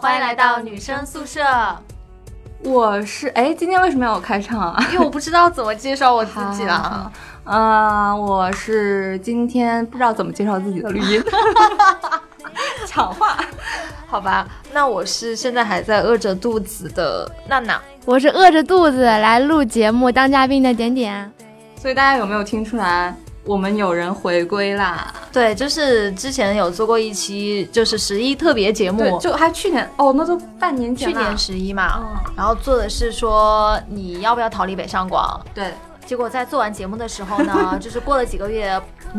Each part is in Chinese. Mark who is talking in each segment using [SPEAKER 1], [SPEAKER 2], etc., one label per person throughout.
[SPEAKER 1] 欢迎来到女生宿舍。
[SPEAKER 2] 我是哎，今天为什么要我开场 啊？
[SPEAKER 1] 因为我不知道怎么介绍我自己了
[SPEAKER 2] 好。嗯、我是今天不知道怎么介绍自己的 绿茵，抢话。
[SPEAKER 1] 好吧，那我是现在还在饿着肚子的娜娜。
[SPEAKER 3] 我是饿着肚子来录节目当嘉宾的点点，
[SPEAKER 2] 所以大家有没有听出来，我们有人回归啦？
[SPEAKER 1] 对，就是之前有做过一期，就是十一特别节
[SPEAKER 2] 对
[SPEAKER 1] 目，，
[SPEAKER 2] 就还去年哦，那都半年前
[SPEAKER 1] 去
[SPEAKER 2] 了。
[SPEAKER 1] 年十一嘛，
[SPEAKER 2] 嗯
[SPEAKER 1] 然后做的是说你要不要逃离北上广。
[SPEAKER 2] 对，
[SPEAKER 1] 结果在做完节目的时候 呢，就是过了几个月，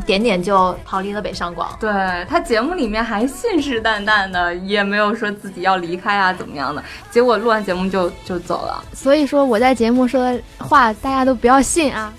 [SPEAKER 1] 点点就逃离了北上广。
[SPEAKER 2] 对他节目里面还信誓旦旦的，也没有说自己要离开啊怎么样的，结果录完节目就就走了。
[SPEAKER 3] 所以说我在节目说的话大家都不要信啊。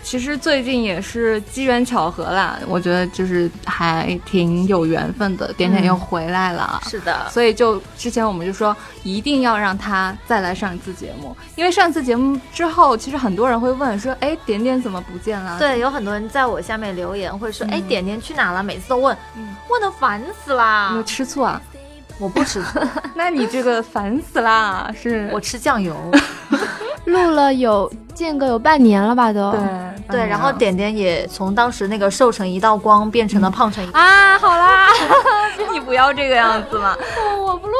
[SPEAKER 2] 其实最近也是机缘巧合啦，我觉得就是还挺有缘分的，点
[SPEAKER 1] 嗯
[SPEAKER 2] 点又回来了。
[SPEAKER 1] 是的，
[SPEAKER 2] 所以就之前我们就说一定要让他再来上一次节目，因为上次节目之后，其实很多人会问说，哎，点点怎么不见了？
[SPEAKER 1] 对，啊有很多人在我下面留言，会说：“哎、点点去哪了？”每次都问，
[SPEAKER 2] 嗯
[SPEAKER 1] 问的烦死啦
[SPEAKER 2] 有没有。吃醋啊？
[SPEAKER 1] 我不 吃醋，
[SPEAKER 2] 那你这个烦死啦！是
[SPEAKER 1] 我吃酱油。
[SPEAKER 3] 录了有间隔有半年了吧都。
[SPEAKER 2] 对嗯
[SPEAKER 1] 对，然后点点也从当时那个瘦成一道光，变成了胖成一。
[SPEAKER 2] 啊，好啦，你不要这个样子嘛。
[SPEAKER 3] 我不录。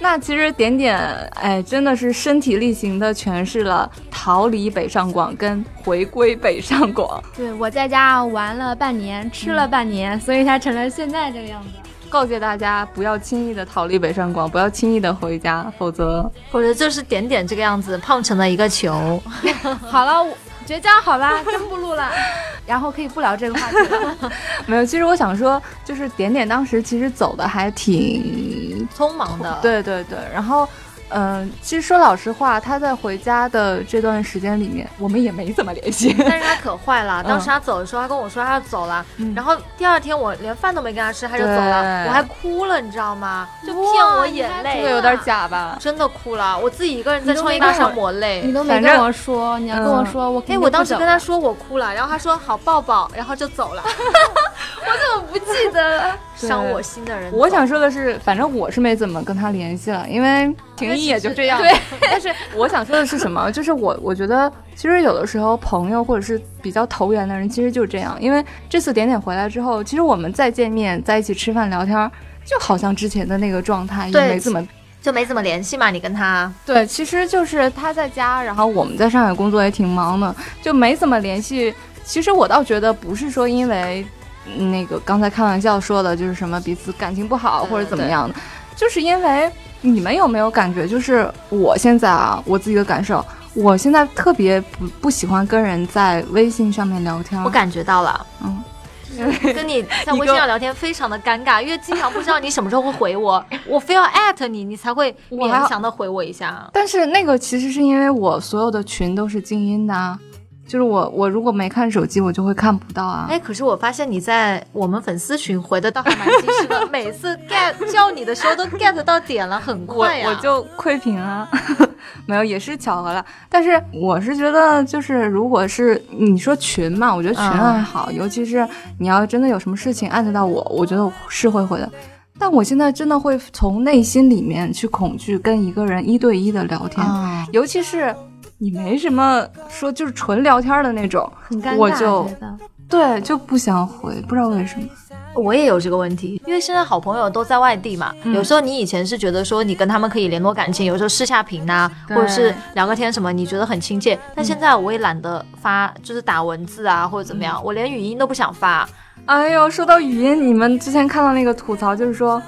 [SPEAKER 2] 那其实点点，哎，真的是身体力行的诠释了逃离北上广跟回归北上广。
[SPEAKER 3] 对，我在家玩了半年，吃了半年，所以才成了现在这个样子。
[SPEAKER 2] 告诫大家不要轻易的逃离北上广，不要轻易的回家，否则
[SPEAKER 1] 或者就是点点这个样子，胖成了一个球。
[SPEAKER 3] 好了，我绝交好 吧，真不录了。然后可以不聊这个话题了。
[SPEAKER 2] 没有。其实我想说，就是点点当时其实走的还挺
[SPEAKER 1] 匆忙的，，
[SPEAKER 2] 对对对，然后，嗯、其实说老实话，他在回家的这段时间里面，我们也没怎么联 系。
[SPEAKER 1] 但是他可坏了。当时他走的时候，他跟我说他要走了，然后第二天我连饭都没跟他吃，他就走了，
[SPEAKER 2] 对
[SPEAKER 1] 我还哭了，你知道吗？就骗
[SPEAKER 3] 哇
[SPEAKER 1] 我
[SPEAKER 3] 你
[SPEAKER 1] 眼
[SPEAKER 3] 还
[SPEAKER 1] 泪，
[SPEAKER 2] 这个有点假吧？
[SPEAKER 1] 真的哭了，我自己一个人在
[SPEAKER 3] 你都
[SPEAKER 1] 创业
[SPEAKER 3] 没跟
[SPEAKER 1] 大
[SPEAKER 3] 我
[SPEAKER 1] 上抹泪。
[SPEAKER 3] 你都没
[SPEAKER 2] 反正
[SPEAKER 3] 跟我说，你要跟我说，我肯
[SPEAKER 1] 哎，
[SPEAKER 3] 定
[SPEAKER 1] 我当时
[SPEAKER 3] 不走
[SPEAKER 1] 跟他说我哭了，然后他说好抱抱，然后就走了。我怎么不记得 伤我心的人？
[SPEAKER 2] 我想说的是，反正我是没怎么跟他联系了，因为情谊也就这样。
[SPEAKER 3] 对，
[SPEAKER 2] 但是我想说的是什么？就是我我觉得，其实有的时候朋友或者是比较投缘的人，其实就是这样。因为这次点点回来之后，其实我们再见面，在一起吃饭聊天儿，就好像之前的那个状态也
[SPEAKER 1] 对
[SPEAKER 2] 没怎么
[SPEAKER 1] 就没怎么联系嘛，你跟他。
[SPEAKER 2] 对，其实就是他在家，然后我们在上海工作也挺忙的，就没怎么联系。其实我倒觉得不是说因为嗯那个刚才开玩笑说的，就是什么彼此感情不好
[SPEAKER 1] 对
[SPEAKER 2] 或者怎么样的，就是因为你们有没有感觉，就是我现在啊，我自己的感受，我现在特别不不喜欢跟人在微信上面聊天。
[SPEAKER 1] 我感觉到了，
[SPEAKER 2] 嗯
[SPEAKER 1] 就是跟你在微
[SPEAKER 2] 你跟
[SPEAKER 1] 信
[SPEAKER 2] 我
[SPEAKER 1] 上聊天非常的尴尬，因为经常不知道你什么时候会回 我，我非要艾特你，你才会
[SPEAKER 2] 我还
[SPEAKER 1] 勉强的回我一下。
[SPEAKER 2] 但是那个其实是因为我所有的群都是静音的啊，就是我我如果没看手机，我就会看不到啊。
[SPEAKER 1] 哎，可是我发现你在我们粉丝群回的倒还蛮及时 的，每次 get 叫你的时候都 get 到点了，很
[SPEAKER 2] 我
[SPEAKER 1] 快呀、
[SPEAKER 2] 我就窥屏啊， 没有也是巧合了。但是我是觉得，就是如果是你说群嘛，我觉得群
[SPEAKER 1] 嗯
[SPEAKER 2] 还好，尤其是你要真的有什么事情艾特到我，我觉得我是会回的。但我现在真的会从内心里面去恐惧跟一个人一对一的聊天，
[SPEAKER 1] 啊，
[SPEAKER 2] 尤其是你没什么说就是纯聊天的那种，
[SPEAKER 3] 很尴尬，
[SPEAKER 2] 我就
[SPEAKER 3] 觉得
[SPEAKER 2] 对就不想回，不知道为什么。
[SPEAKER 1] 我也有这个问题，因为现在好朋友都在外地嘛，有时候你以前是觉得说你跟他们可以联络感情，有时候视下频呐、
[SPEAKER 2] 对
[SPEAKER 1] 或者是聊个天什么，你觉得很亲切。但现在我也懒得发，就是打文字啊或者怎么样，我连语音都不想发。
[SPEAKER 2] 哎呦，说到语音，你们之前看到那个吐槽，就是说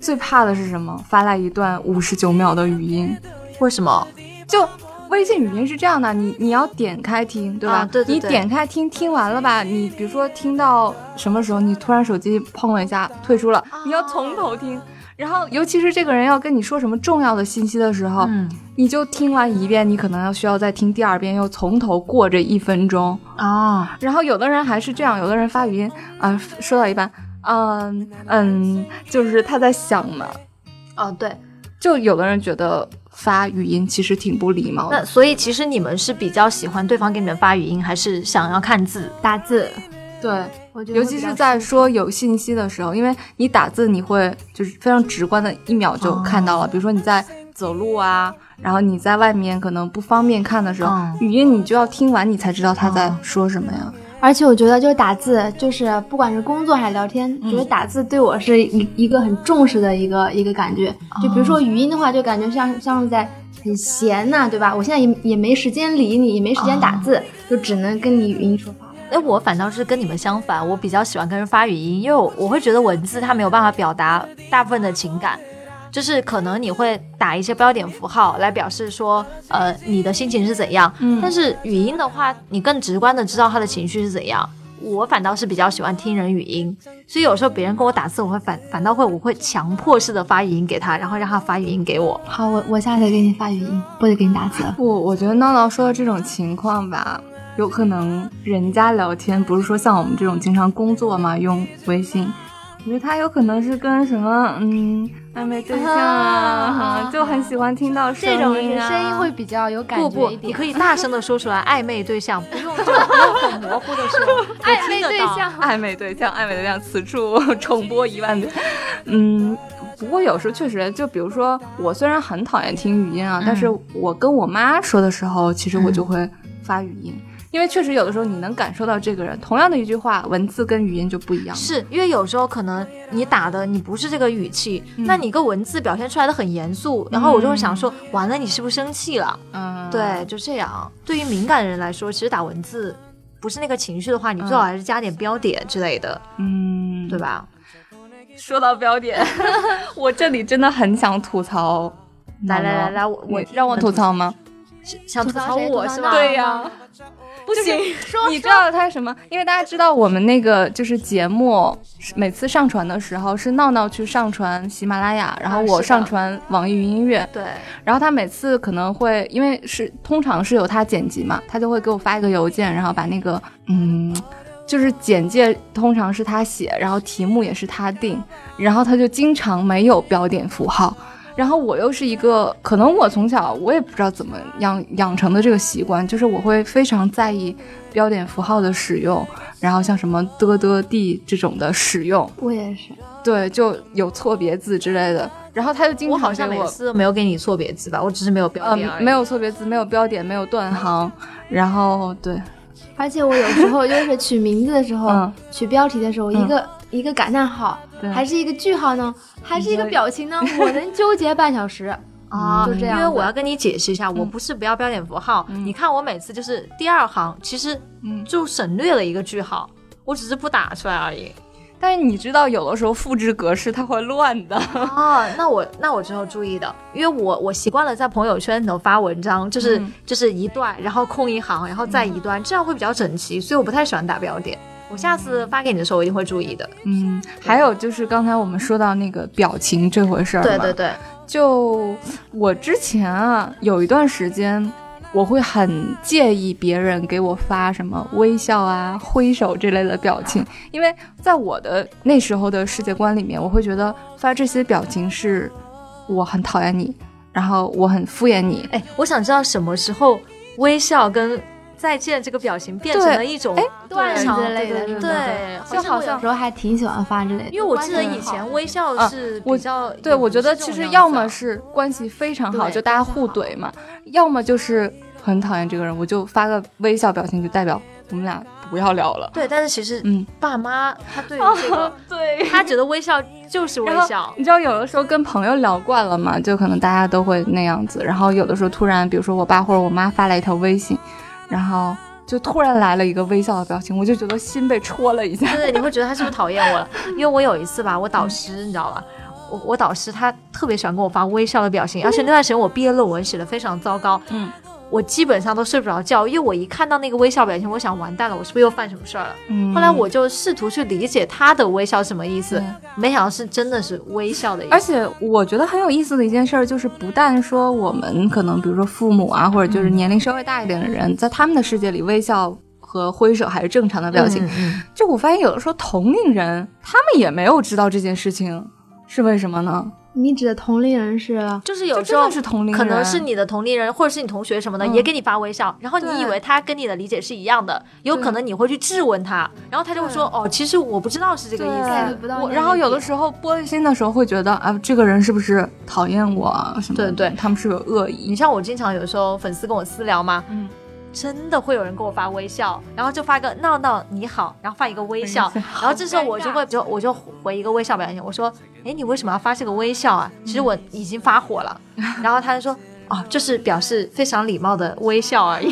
[SPEAKER 2] 最怕的是什么？发来一段五十九秒的语音，
[SPEAKER 1] 为什么？
[SPEAKER 2] 就微信语音是这样的，你你要点开听，对吧？
[SPEAKER 1] 啊对对
[SPEAKER 2] 你
[SPEAKER 1] 对
[SPEAKER 2] 点开听，听完了吧？你比如说听到什么时候，你突然手机碰了一下，退出了，
[SPEAKER 1] 啊
[SPEAKER 2] 你要从头听。然后，尤其是这个人要跟你说什么重要的信息的时候，
[SPEAKER 1] 嗯
[SPEAKER 2] 你就听完一遍，你可能要需要再听第二遍，又从头过这一分钟。
[SPEAKER 1] 啊，
[SPEAKER 2] 然后有的人还是这样，有的人发语音啊、说到一半，嗯嗯，就是他在想嘛。
[SPEAKER 1] 哦对，
[SPEAKER 2] 就有的人觉得发语音其实挺不礼貌
[SPEAKER 1] 那
[SPEAKER 2] 的，
[SPEAKER 1] 所以其实你们是比较喜欢对方给你们发语音，还是想要看字？
[SPEAKER 3] 打字。
[SPEAKER 2] 对。
[SPEAKER 3] 我觉得
[SPEAKER 2] 尤其是在说有信息的时候，因为你打字你会就是非常直观的，一秒就看到了。比如说你在走路啊，然后你在外面可能不方便看的时候，
[SPEAKER 1] 嗯
[SPEAKER 2] 语音你就要听完你才知道他在说什么呀。
[SPEAKER 4] 而且我觉得就是打字，就是不管是工作还是聊天，觉得打字对我是一一个很重视的一个一个感觉。就比如说语音的话，就感觉像像是在很闲呐、对吧？我现在也也没时间理你，也没时间打字，就只能跟你语音说话。
[SPEAKER 1] 哎，我反倒是跟你们相反，我比较喜欢跟人发语音，因为我我会觉得文字它没有办法表达大部分的情感，就是可能你会打一些标点符号来表示说，呃，你的心情是怎样，
[SPEAKER 3] 嗯
[SPEAKER 1] 但是语音的话，你更直观的知道他的情绪是怎样。我反倒是比较喜欢听人语音，所以有时候别人跟我打字，我会反反倒会我会强迫式的发语音给他，然后让他发语音给我。
[SPEAKER 4] 好，我我下次给你发语音，不得给你打字了。
[SPEAKER 2] 不，我觉得闹闹说的这种情况吧，有可能人家聊天不是说像我们这种经常工作嘛，用微信。我觉得他有可能是跟什么嗯暧昧对象啊，
[SPEAKER 3] 啊
[SPEAKER 2] 就很喜欢听到声
[SPEAKER 3] 这
[SPEAKER 2] 音、啊、
[SPEAKER 3] 种人声音会比较有感
[SPEAKER 1] 不
[SPEAKER 3] 觉
[SPEAKER 1] 不
[SPEAKER 3] 一，点。
[SPEAKER 1] 你可以大声的说 出来暧昧对象，不用就不用很模糊的说
[SPEAKER 3] 暧昧对象，
[SPEAKER 2] 暧昧对象，暧昧对象，此处重播一万遍。嗯，不过有时候确实，就比如说我虽然很讨厌听语音啊，但是我跟我妈说的时候，其实我就会发语音。因为确实有的时候你能感受到这个人，同样的一句话，文字跟语音就不一样。
[SPEAKER 1] 是因为有时候可能你打的你不是这个语气，那你一个文字表现出来的很严肃，然后我就会想说，完了你是不是生气了？
[SPEAKER 2] 嗯，
[SPEAKER 1] 对，就这样。对于敏感人来说，其实打文字不是那个情绪的话，你最好还是加点标点之类的，
[SPEAKER 2] 嗯，
[SPEAKER 1] 对？吧？
[SPEAKER 2] 说到标点， 我这里真的很想吐槽。
[SPEAKER 1] 来来来来，我
[SPEAKER 2] 我
[SPEAKER 1] 我
[SPEAKER 2] 让我吐，槽吗？
[SPEAKER 1] 想吐槽啊
[SPEAKER 3] 谁
[SPEAKER 1] 我
[SPEAKER 3] 吐槽
[SPEAKER 1] 是
[SPEAKER 3] 哪
[SPEAKER 1] 吧？
[SPEAKER 3] 儿
[SPEAKER 2] 对呀、不行， 你知道他是什么？因为大家知道我们那个就是节目，每次上传的时候是闹闹去上传喜马拉雅，然后
[SPEAKER 1] 啊
[SPEAKER 2] 我
[SPEAKER 1] 是的
[SPEAKER 2] 上传网易云音乐，
[SPEAKER 1] 对，啊
[SPEAKER 2] 然后他每次可能会因为是通常是有他剪辑嘛，他就会给我发一个邮件，然后把那个嗯。就是简介通常是他写，然后题目也是他定，然后他就经常没有标点符号，然后我又是一个，可能我从小我也不知道怎么样养成的这个习惯，就是我会非常在意标点符号的使用，然后像什么的的地这种的使用，
[SPEAKER 4] 我也是，
[SPEAKER 2] 对，就有错别字之类的，然后他就经
[SPEAKER 1] 我
[SPEAKER 2] 常
[SPEAKER 1] 好像
[SPEAKER 2] 给
[SPEAKER 1] 每
[SPEAKER 2] 我
[SPEAKER 1] 次都没有给你错别字吧，我只是没有标
[SPEAKER 2] 呃，
[SPEAKER 1] 点而已。
[SPEAKER 2] 没有错别字，没有标点，没有断行，然后对，
[SPEAKER 4] 而且我有时候就是取名字的时候，
[SPEAKER 2] 嗯
[SPEAKER 4] 取标题的时候，
[SPEAKER 2] 嗯
[SPEAKER 4] 一个一个感叹号
[SPEAKER 2] 对，
[SPEAKER 4] 还是一个句号呢，还是一个表情呢，我能纠结半小时。
[SPEAKER 1] 啊，
[SPEAKER 4] 就这样
[SPEAKER 1] 因为
[SPEAKER 4] 子
[SPEAKER 1] 我要跟你解释一下，我不是不要标点符号，你看我每次就是第二行，其实
[SPEAKER 2] 嗯
[SPEAKER 1] 就省略了一个句号，我只是不打出来而已。
[SPEAKER 2] 但是你知道，有的时候复制格式它会乱 的，
[SPEAKER 1] 哦，那我那我之后注意的，因为我我习惯了在朋友圈里头发文章，就是、
[SPEAKER 2] 嗯
[SPEAKER 1] 就是一段，然后空一行，然后再一段，这样会比较整齐，所以我不太喜欢打标点。我下次发给你的时候，我一定会注意的。
[SPEAKER 2] 嗯，还有就是刚才我们说到那个表情这回事儿，
[SPEAKER 1] 对对，对，
[SPEAKER 2] 就我之前啊，有一段时间。我会很介意别人给我发什么微笑啊、挥手之类的表情，因为在我的那时候的世界观里面，我会觉得发这些表情是我很讨厌你，然后我很敷衍你，
[SPEAKER 1] 哎，我想知道什么时候微笑跟再见这个表情变成
[SPEAKER 2] 对
[SPEAKER 1] 了一种
[SPEAKER 2] 哎
[SPEAKER 1] 断
[SPEAKER 4] 对
[SPEAKER 1] 肠
[SPEAKER 4] 之类的
[SPEAKER 1] 对对
[SPEAKER 4] 是吧
[SPEAKER 1] 对，好
[SPEAKER 4] 就
[SPEAKER 1] 像
[SPEAKER 4] 好
[SPEAKER 1] 我有
[SPEAKER 4] 像有时候还挺喜欢发之类的，
[SPEAKER 1] 因为我记得以
[SPEAKER 4] 关系很好
[SPEAKER 1] 前微笑
[SPEAKER 2] 啊
[SPEAKER 1] 是
[SPEAKER 2] 我
[SPEAKER 1] 比较、
[SPEAKER 2] 对，我觉得其实要么是关系非常好，
[SPEAKER 1] 对
[SPEAKER 2] 就大家互怼嘛；要么就是很讨厌这个人，我就发个微笑表情，就代表我们俩不要聊了。
[SPEAKER 1] 对，但是其实
[SPEAKER 2] 嗯，
[SPEAKER 1] 爸妈他对于这个，
[SPEAKER 2] 对。
[SPEAKER 1] 他觉得微笑就是微
[SPEAKER 2] 然后
[SPEAKER 1] 笑。
[SPEAKER 2] 你知道，有的时候跟朋友聊惯了嘛，就可能大家都会那样子。然后有的时候突然，比如说我爸或者我妈发来一条微信，然后就突然来了一个微笑的表情，我就觉得心被戳了一下。
[SPEAKER 1] 对，你会觉得他是不是讨厌我了？因为我有一次吧，我导师你知道吧，我我导师他特别喜欢给我发微笑的表情，而且那段时间我毕业论文写的非常糟糕，
[SPEAKER 2] 嗯，
[SPEAKER 1] 我基本上都睡不着觉，因为我一看到那个微笑表情，我想完蛋了，我是不是又犯什么事儿了？
[SPEAKER 2] 嗯
[SPEAKER 1] 后来我就试图去理解他的微笑是什么意思
[SPEAKER 2] 嗯，
[SPEAKER 1] 没想到是真的是微笑的意
[SPEAKER 2] 而
[SPEAKER 1] 思。
[SPEAKER 2] 且我觉得很有意思的一件事儿，就是不但说我们可能比如说父母啊，或者就是
[SPEAKER 4] 嗯
[SPEAKER 2] 年龄稍微大一点的人，在他们的世界里，微笑和挥手还是正常的表情。
[SPEAKER 1] 嗯嗯
[SPEAKER 2] 就我发现有的时候同龄人他们也没有知道这件事情是为什么呢？
[SPEAKER 4] 你指的同龄人是？
[SPEAKER 1] 就是
[SPEAKER 2] 就
[SPEAKER 1] 有时
[SPEAKER 2] 真
[SPEAKER 1] 候
[SPEAKER 2] 的是同龄人，
[SPEAKER 1] 可能是你的同龄人或者是你同学什么的，也给你发微笑，然后
[SPEAKER 2] 嗯对
[SPEAKER 1] 你以为他跟你的理解是一样的，有可能你会去质问他，然后他就会说哦，其实我不知道是这个意
[SPEAKER 4] 对
[SPEAKER 1] 思。
[SPEAKER 4] get 不到
[SPEAKER 2] 我
[SPEAKER 4] 那
[SPEAKER 2] 然后
[SPEAKER 4] 一
[SPEAKER 2] 有的
[SPEAKER 4] 点
[SPEAKER 2] 时候玻璃心的时候会觉得啊，这个人是不是讨厌我啊什么的？
[SPEAKER 1] 对对
[SPEAKER 2] 他们是不是有恶
[SPEAKER 1] 你
[SPEAKER 2] 意？
[SPEAKER 1] 像我经常有时候粉丝跟我私聊嘛，
[SPEAKER 2] 嗯
[SPEAKER 1] 真的会有人给我发微笑，然后就发个闹闹你好，然后发一个微笑，
[SPEAKER 2] 微
[SPEAKER 1] 然后这时候我就会就我就回一个微笑表情，我说，哎，你为什么要发这个微笑啊？其实我
[SPEAKER 2] 嗯
[SPEAKER 1] 已经发火 了，然后他就说，哦，就是表示非常礼貌的微笑而 已。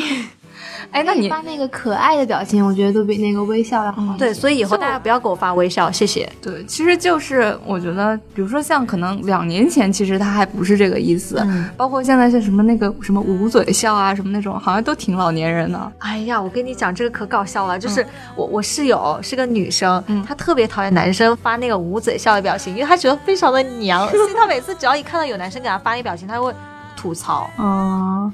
[SPEAKER 2] 哎，那
[SPEAKER 4] 你
[SPEAKER 2] 你
[SPEAKER 4] 发那个可爱的表情，我觉得都比那个微笑要好。
[SPEAKER 1] 对，所以以后大家不要给我发微笑，谢谢。
[SPEAKER 2] 对，其实就是我觉得，比如说像可能两年前，其实他还不是这个意思，包括现在像什么那个什么捂嘴笑啊，什么那种，好像都挺老年人的。
[SPEAKER 1] 哎呀，我跟你讲，这个可搞笑了。就是我、我室友是个女生，
[SPEAKER 2] 嗯
[SPEAKER 1] 她特别讨厌男生发那个捂嘴笑的表情，因为她觉得非常的 娘，所以她每次只要一看到有男生给她发那表情，她就会吐槽。
[SPEAKER 2] 嗯，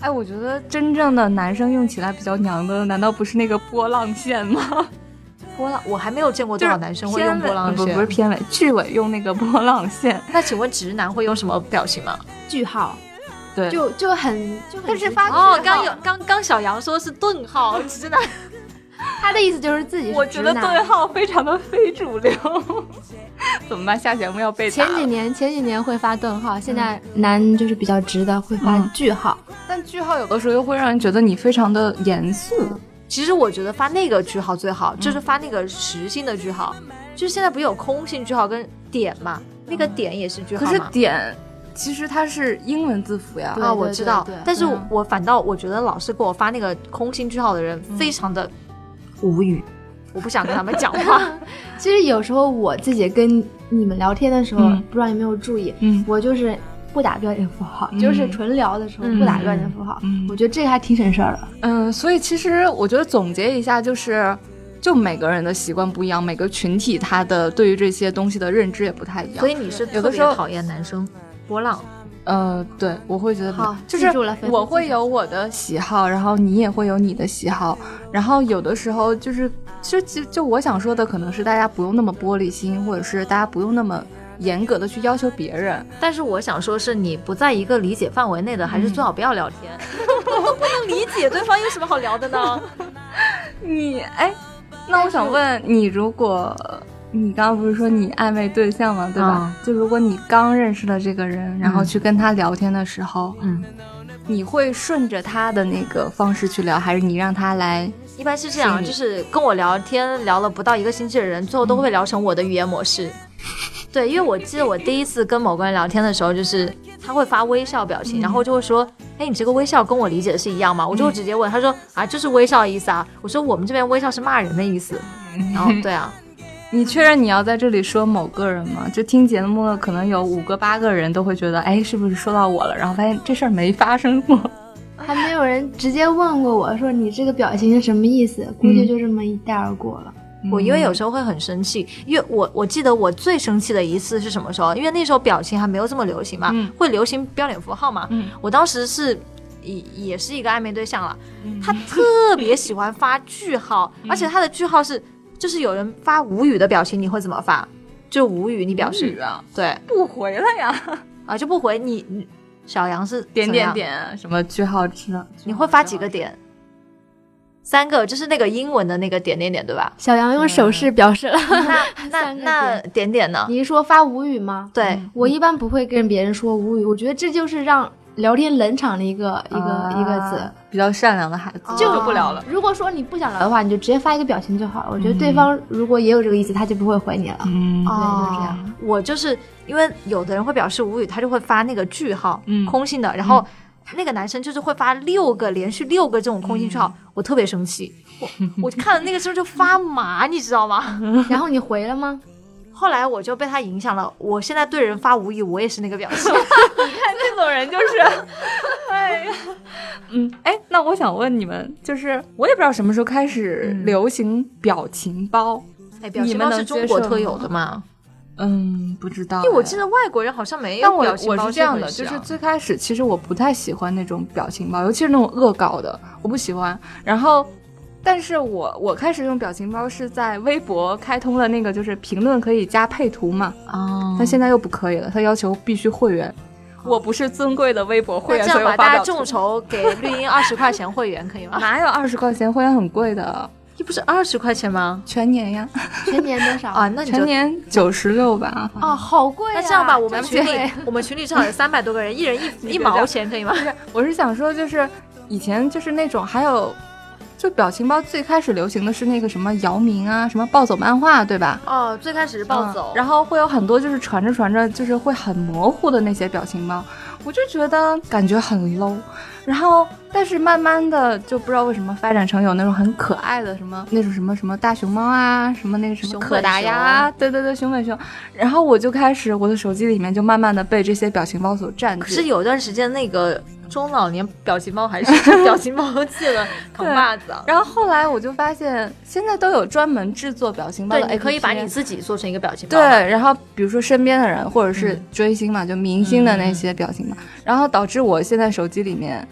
[SPEAKER 2] 哎，我觉得真正的男生用起来比较娘的，难道不是那个波浪线吗？
[SPEAKER 1] 波浪，我还没有见过多少男生会用波浪
[SPEAKER 2] 不
[SPEAKER 1] 线。
[SPEAKER 2] 不是片尾，剧尾用那个波浪线。
[SPEAKER 1] 那请问直男会用什么表情吗？
[SPEAKER 4] 句号
[SPEAKER 2] 对，
[SPEAKER 4] 就就很就很
[SPEAKER 3] 但是
[SPEAKER 4] 直
[SPEAKER 3] 发
[SPEAKER 4] 接
[SPEAKER 1] 哦，刚有刚刚小杨说是顿 号，直男。
[SPEAKER 4] 他的意思就是自己
[SPEAKER 2] 我
[SPEAKER 4] 是
[SPEAKER 2] 觉
[SPEAKER 4] 直
[SPEAKER 2] 得
[SPEAKER 4] 男
[SPEAKER 2] 对号非常的非主流。 怎么办？下节目要被打
[SPEAKER 4] 前几
[SPEAKER 2] 了。
[SPEAKER 4] 年前几年会发顿号，现在男就是比较直的会发
[SPEAKER 2] 嗯
[SPEAKER 4] 句号。
[SPEAKER 2] 但句号有的时候又会让人觉得你非常的严肃。
[SPEAKER 1] 其实我觉得发那个句号最
[SPEAKER 2] 嗯
[SPEAKER 1] 好，就是发那个实心的句号。就是现在不是有空性句号跟点嘛？那个点也是句号嘛？
[SPEAKER 2] 可是点，其实它是英文字符呀。
[SPEAKER 4] 对
[SPEAKER 1] 啊，我知道，
[SPEAKER 4] 对对
[SPEAKER 1] 但是我,、
[SPEAKER 2] 嗯
[SPEAKER 1] 反倒我觉得老是给我发那个空心句号的人非常的无语，我不想跟他们讲话。
[SPEAKER 4] 其实有时候我自己跟你们聊天的时候，
[SPEAKER 2] 嗯
[SPEAKER 4] 不知道有没有注意，
[SPEAKER 2] 嗯
[SPEAKER 4] 我就是不打标点符号，
[SPEAKER 2] 嗯
[SPEAKER 4] 就是纯聊的时候不打标点符号。
[SPEAKER 2] 嗯
[SPEAKER 4] 我觉得这个还挺省事儿的。
[SPEAKER 2] 嗯，所以其实我觉得总结一下就是。就每个人的习惯不一样，每个群体他的对于这些东西的认知也不太一样。
[SPEAKER 1] 所
[SPEAKER 2] 以，
[SPEAKER 1] 以你是
[SPEAKER 2] 有
[SPEAKER 1] 特
[SPEAKER 2] 的
[SPEAKER 1] 别
[SPEAKER 2] 时候
[SPEAKER 1] 讨厌男生波浪，
[SPEAKER 2] 呃，对我会觉得比
[SPEAKER 4] 好
[SPEAKER 2] 就是
[SPEAKER 4] 记住了菲菲
[SPEAKER 2] 我会有我的喜好，然后你也会有你的喜好，然后有的时候就是，就就就我想说的可能是大家不用那么玻璃心，或者是大家不用那么严格的去要求别人。
[SPEAKER 1] 但是我想说是你不在一个理解范围内的，还是最好不要聊天。都嗯 不能理解对方有什么好聊的呢？
[SPEAKER 2] 你哎，那我想问你，如果你刚刚不是说你暧昧对象嘛，对吧？
[SPEAKER 1] 啊
[SPEAKER 2] 就如果你刚认识了这个人，然后去跟他聊天的时候，
[SPEAKER 1] 嗯，
[SPEAKER 2] 你会顺着他的那个方式去聊，还是你让他来？
[SPEAKER 1] 一般是这
[SPEAKER 2] 是
[SPEAKER 1] 样，
[SPEAKER 2] 你
[SPEAKER 1] 就是跟我聊天聊了不到一个星期的人，最后都会聊成我的语言模式。对，因为我记得我第一次跟某个人聊天的时候，就是他会发微笑表情，然后就会说：“哎，你这个微笑跟我理解的是一样吗？”我就会直接问他说：“啊，就是微笑的意思啊。”我说：“我们这边微笑是骂人的意思。”然后对啊，
[SPEAKER 2] 你确认你要在这里说某个人吗？就听节目的可能有五个八个人都会觉得，哎，是不是说到我了？然后发现这事儿没发生过。
[SPEAKER 4] 还没有人直接问过我说你这个表情是什么意思，估计就这么一带而过了。？
[SPEAKER 1] 我因为
[SPEAKER 2] 嗯
[SPEAKER 1] 有时候会很生气，因为我我记得我最生气的一次是什么时候？因为那时候表情还没有这么流行嘛，
[SPEAKER 2] 嗯
[SPEAKER 1] 会流行标点符号嘛。
[SPEAKER 2] 嗯
[SPEAKER 1] 我当时是也也是一个暧昧对象了，他特别喜欢发句号，而且他的句号是就是有人发无语的表情，你会怎么发？就无语，你表示
[SPEAKER 2] 啊，
[SPEAKER 1] 对
[SPEAKER 2] 不回了呀，
[SPEAKER 1] 啊就不回你。你小杨是
[SPEAKER 2] 点
[SPEAKER 1] 怎
[SPEAKER 2] 点
[SPEAKER 1] 样，
[SPEAKER 2] 点，什么句号之类的。
[SPEAKER 1] 你会发几个点？三个，就是那个英文的那个点点点，对吧
[SPEAKER 4] 小杨用手势表示了。
[SPEAKER 1] 那那
[SPEAKER 4] 三个
[SPEAKER 1] 那点点呢？
[SPEAKER 4] 你是说发无语吗？
[SPEAKER 1] 对，
[SPEAKER 4] 我一般不会跟别人说无语，我觉得这就是让聊天冷场的一个一个、一个
[SPEAKER 2] 啊
[SPEAKER 4] 字。
[SPEAKER 2] 比较善良的孩子，
[SPEAKER 1] 就
[SPEAKER 2] 不聊了。
[SPEAKER 4] 如果说你不想聊的话，你就直接发一个表情就好了。我觉得对方如果也有这个意思，他就不会回 你了。
[SPEAKER 2] 嗯
[SPEAKER 4] 对就是这
[SPEAKER 1] 哦，我就是因为有的人会表示无语，他就会发那个句号，
[SPEAKER 2] 嗯
[SPEAKER 1] 空心的，然后。那个男生就是会发六个连续六个这种空心句号，我特别生气，我我看了那个时候就发麻，你知道 吗？
[SPEAKER 4] 然后你回了吗？
[SPEAKER 1] 后来我就被他影响了，我现在对人发无语，我也是那个表 情。
[SPEAKER 2] 这种人就是，哎呀，嗯，哎，那我想问你们，就是我也不知道什么时候开始流行表情包，
[SPEAKER 1] 哎，表
[SPEAKER 2] 你
[SPEAKER 1] 情
[SPEAKER 2] 们
[SPEAKER 1] 包
[SPEAKER 2] 能
[SPEAKER 1] 是中
[SPEAKER 2] 接
[SPEAKER 1] 国
[SPEAKER 2] 受
[SPEAKER 1] 特有
[SPEAKER 2] 吗
[SPEAKER 1] 的嘛？
[SPEAKER 2] 嗯，不知道，
[SPEAKER 1] 因为我记。得外国人好像没
[SPEAKER 2] 但
[SPEAKER 1] 有
[SPEAKER 2] 我
[SPEAKER 1] 表情
[SPEAKER 2] 我
[SPEAKER 1] 包
[SPEAKER 2] 是这样的，
[SPEAKER 1] 回事
[SPEAKER 2] 就
[SPEAKER 1] 啊
[SPEAKER 2] 是最开始其实我不太喜欢那种表情包，尤其是那种恶搞的，我不喜欢。然后但是我我开始用表情包是在微博开通了那个，就是评论可以加配图嘛，
[SPEAKER 1] 哦，
[SPEAKER 2] 但现在又不可以了，它要求必须会员。我不是尊贵的微博会
[SPEAKER 1] 那
[SPEAKER 2] 员，
[SPEAKER 1] 这样
[SPEAKER 2] 所以
[SPEAKER 1] 吧，
[SPEAKER 2] 我发
[SPEAKER 1] 大家
[SPEAKER 2] 不了图
[SPEAKER 1] 众筹给绿茵二十块钱会员可 以吗？
[SPEAKER 2] 哪有二十块钱会员很贵的，
[SPEAKER 1] 这不是二十块钱吗？
[SPEAKER 2] 全年呀，
[SPEAKER 4] 全年多 少？
[SPEAKER 1] 啊，那你就
[SPEAKER 2] 全年九十六吧。
[SPEAKER 3] 哦，好贵啊！
[SPEAKER 1] 那这样吧，我们
[SPEAKER 3] 真
[SPEAKER 1] 群
[SPEAKER 3] 贵
[SPEAKER 1] 里我们群里至少有三百多个人，一 人一一毛钱可以吗？
[SPEAKER 2] 我是想说，就是以前就是那种还有，就表情包最开始流行的是那个什么姚明啊，什么暴走漫画，对吧？
[SPEAKER 1] 哦，最开始是暴走
[SPEAKER 2] 嗯，然后会有很多就是传着传着就是会很模糊的那些表情包，我就觉得感觉很 low。然后，但是慢慢的就不知道为什么发展成有那种很可爱的什么那种什么什么大熊猫啊，什么那个什么
[SPEAKER 1] 熊
[SPEAKER 2] 可
[SPEAKER 1] 本
[SPEAKER 2] 达鸭啊，对对对，熊本熊。然后我就开始我的手机里面就慢慢的被这些表情包所占据。
[SPEAKER 1] 可是有段时间那个中老年表情包还 是表情包界 的扛把子啊。
[SPEAKER 2] 然后后来我就发现，现在都有专门制作表情包
[SPEAKER 1] 对
[SPEAKER 2] 的，
[SPEAKER 1] 你可以把
[SPEAKER 2] APP
[SPEAKER 1] 你自己做成一个表情包
[SPEAKER 2] 对，
[SPEAKER 1] 嘛。
[SPEAKER 2] 然后比如说身边的人，或者是追星嘛，就明星的那些表情嘛，然后导致我现在手机里面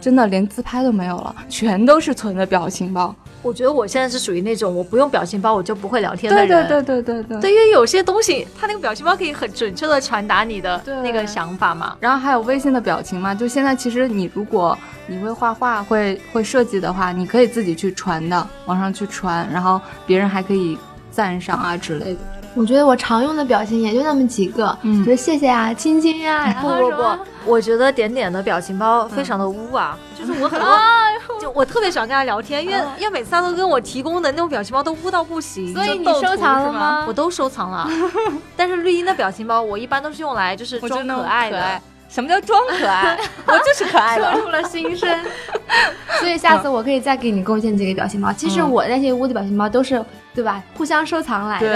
[SPEAKER 2] 真的连自拍都没有了，全都是存的表情包。
[SPEAKER 1] 我觉得我现在是属于那种我不用表情包我就不会聊天的
[SPEAKER 2] 对
[SPEAKER 1] 人。
[SPEAKER 2] 对对对对对。
[SPEAKER 1] 对，因为有些东西，它那个表情包可以很准确的传达你的
[SPEAKER 2] 对
[SPEAKER 1] 那个想法嘛。
[SPEAKER 2] 然后还有微信的表情嘛，就现在其实你如果你会画画、会会设计的话，你可以自己去传的，网上去传，然后别人还可以赞赏啊之类的。
[SPEAKER 4] 我觉得我常用的表情也就那么几个，
[SPEAKER 2] 嗯
[SPEAKER 4] 就是谢谢啊、亲亲呀、然
[SPEAKER 1] 不
[SPEAKER 4] 后
[SPEAKER 1] 不
[SPEAKER 4] 什么
[SPEAKER 1] 不，我觉得点点的表情包非常的污啊，就是我很多，就我特别喜欢跟他聊天，因为因为每次他都跟我提供的那种表情包都污到不行，
[SPEAKER 3] 所以
[SPEAKER 1] 就
[SPEAKER 3] 你
[SPEAKER 1] 斗
[SPEAKER 3] 收
[SPEAKER 1] 图
[SPEAKER 3] 藏
[SPEAKER 1] 是
[SPEAKER 3] 了吗
[SPEAKER 1] 我都收藏了，但是绿茵的表情包我一般都是用来就是
[SPEAKER 2] 我
[SPEAKER 1] 装
[SPEAKER 2] 真的
[SPEAKER 1] 可
[SPEAKER 2] 很
[SPEAKER 1] 爱
[SPEAKER 2] 可爱
[SPEAKER 1] 的，
[SPEAKER 2] 什么叫装可爱？我就是可爱
[SPEAKER 4] 说
[SPEAKER 2] 的。
[SPEAKER 4] 出了心声。所以下次我可以再给你贡献几个表情包。其实我那些污的表情包都是对吧，互相收藏来的。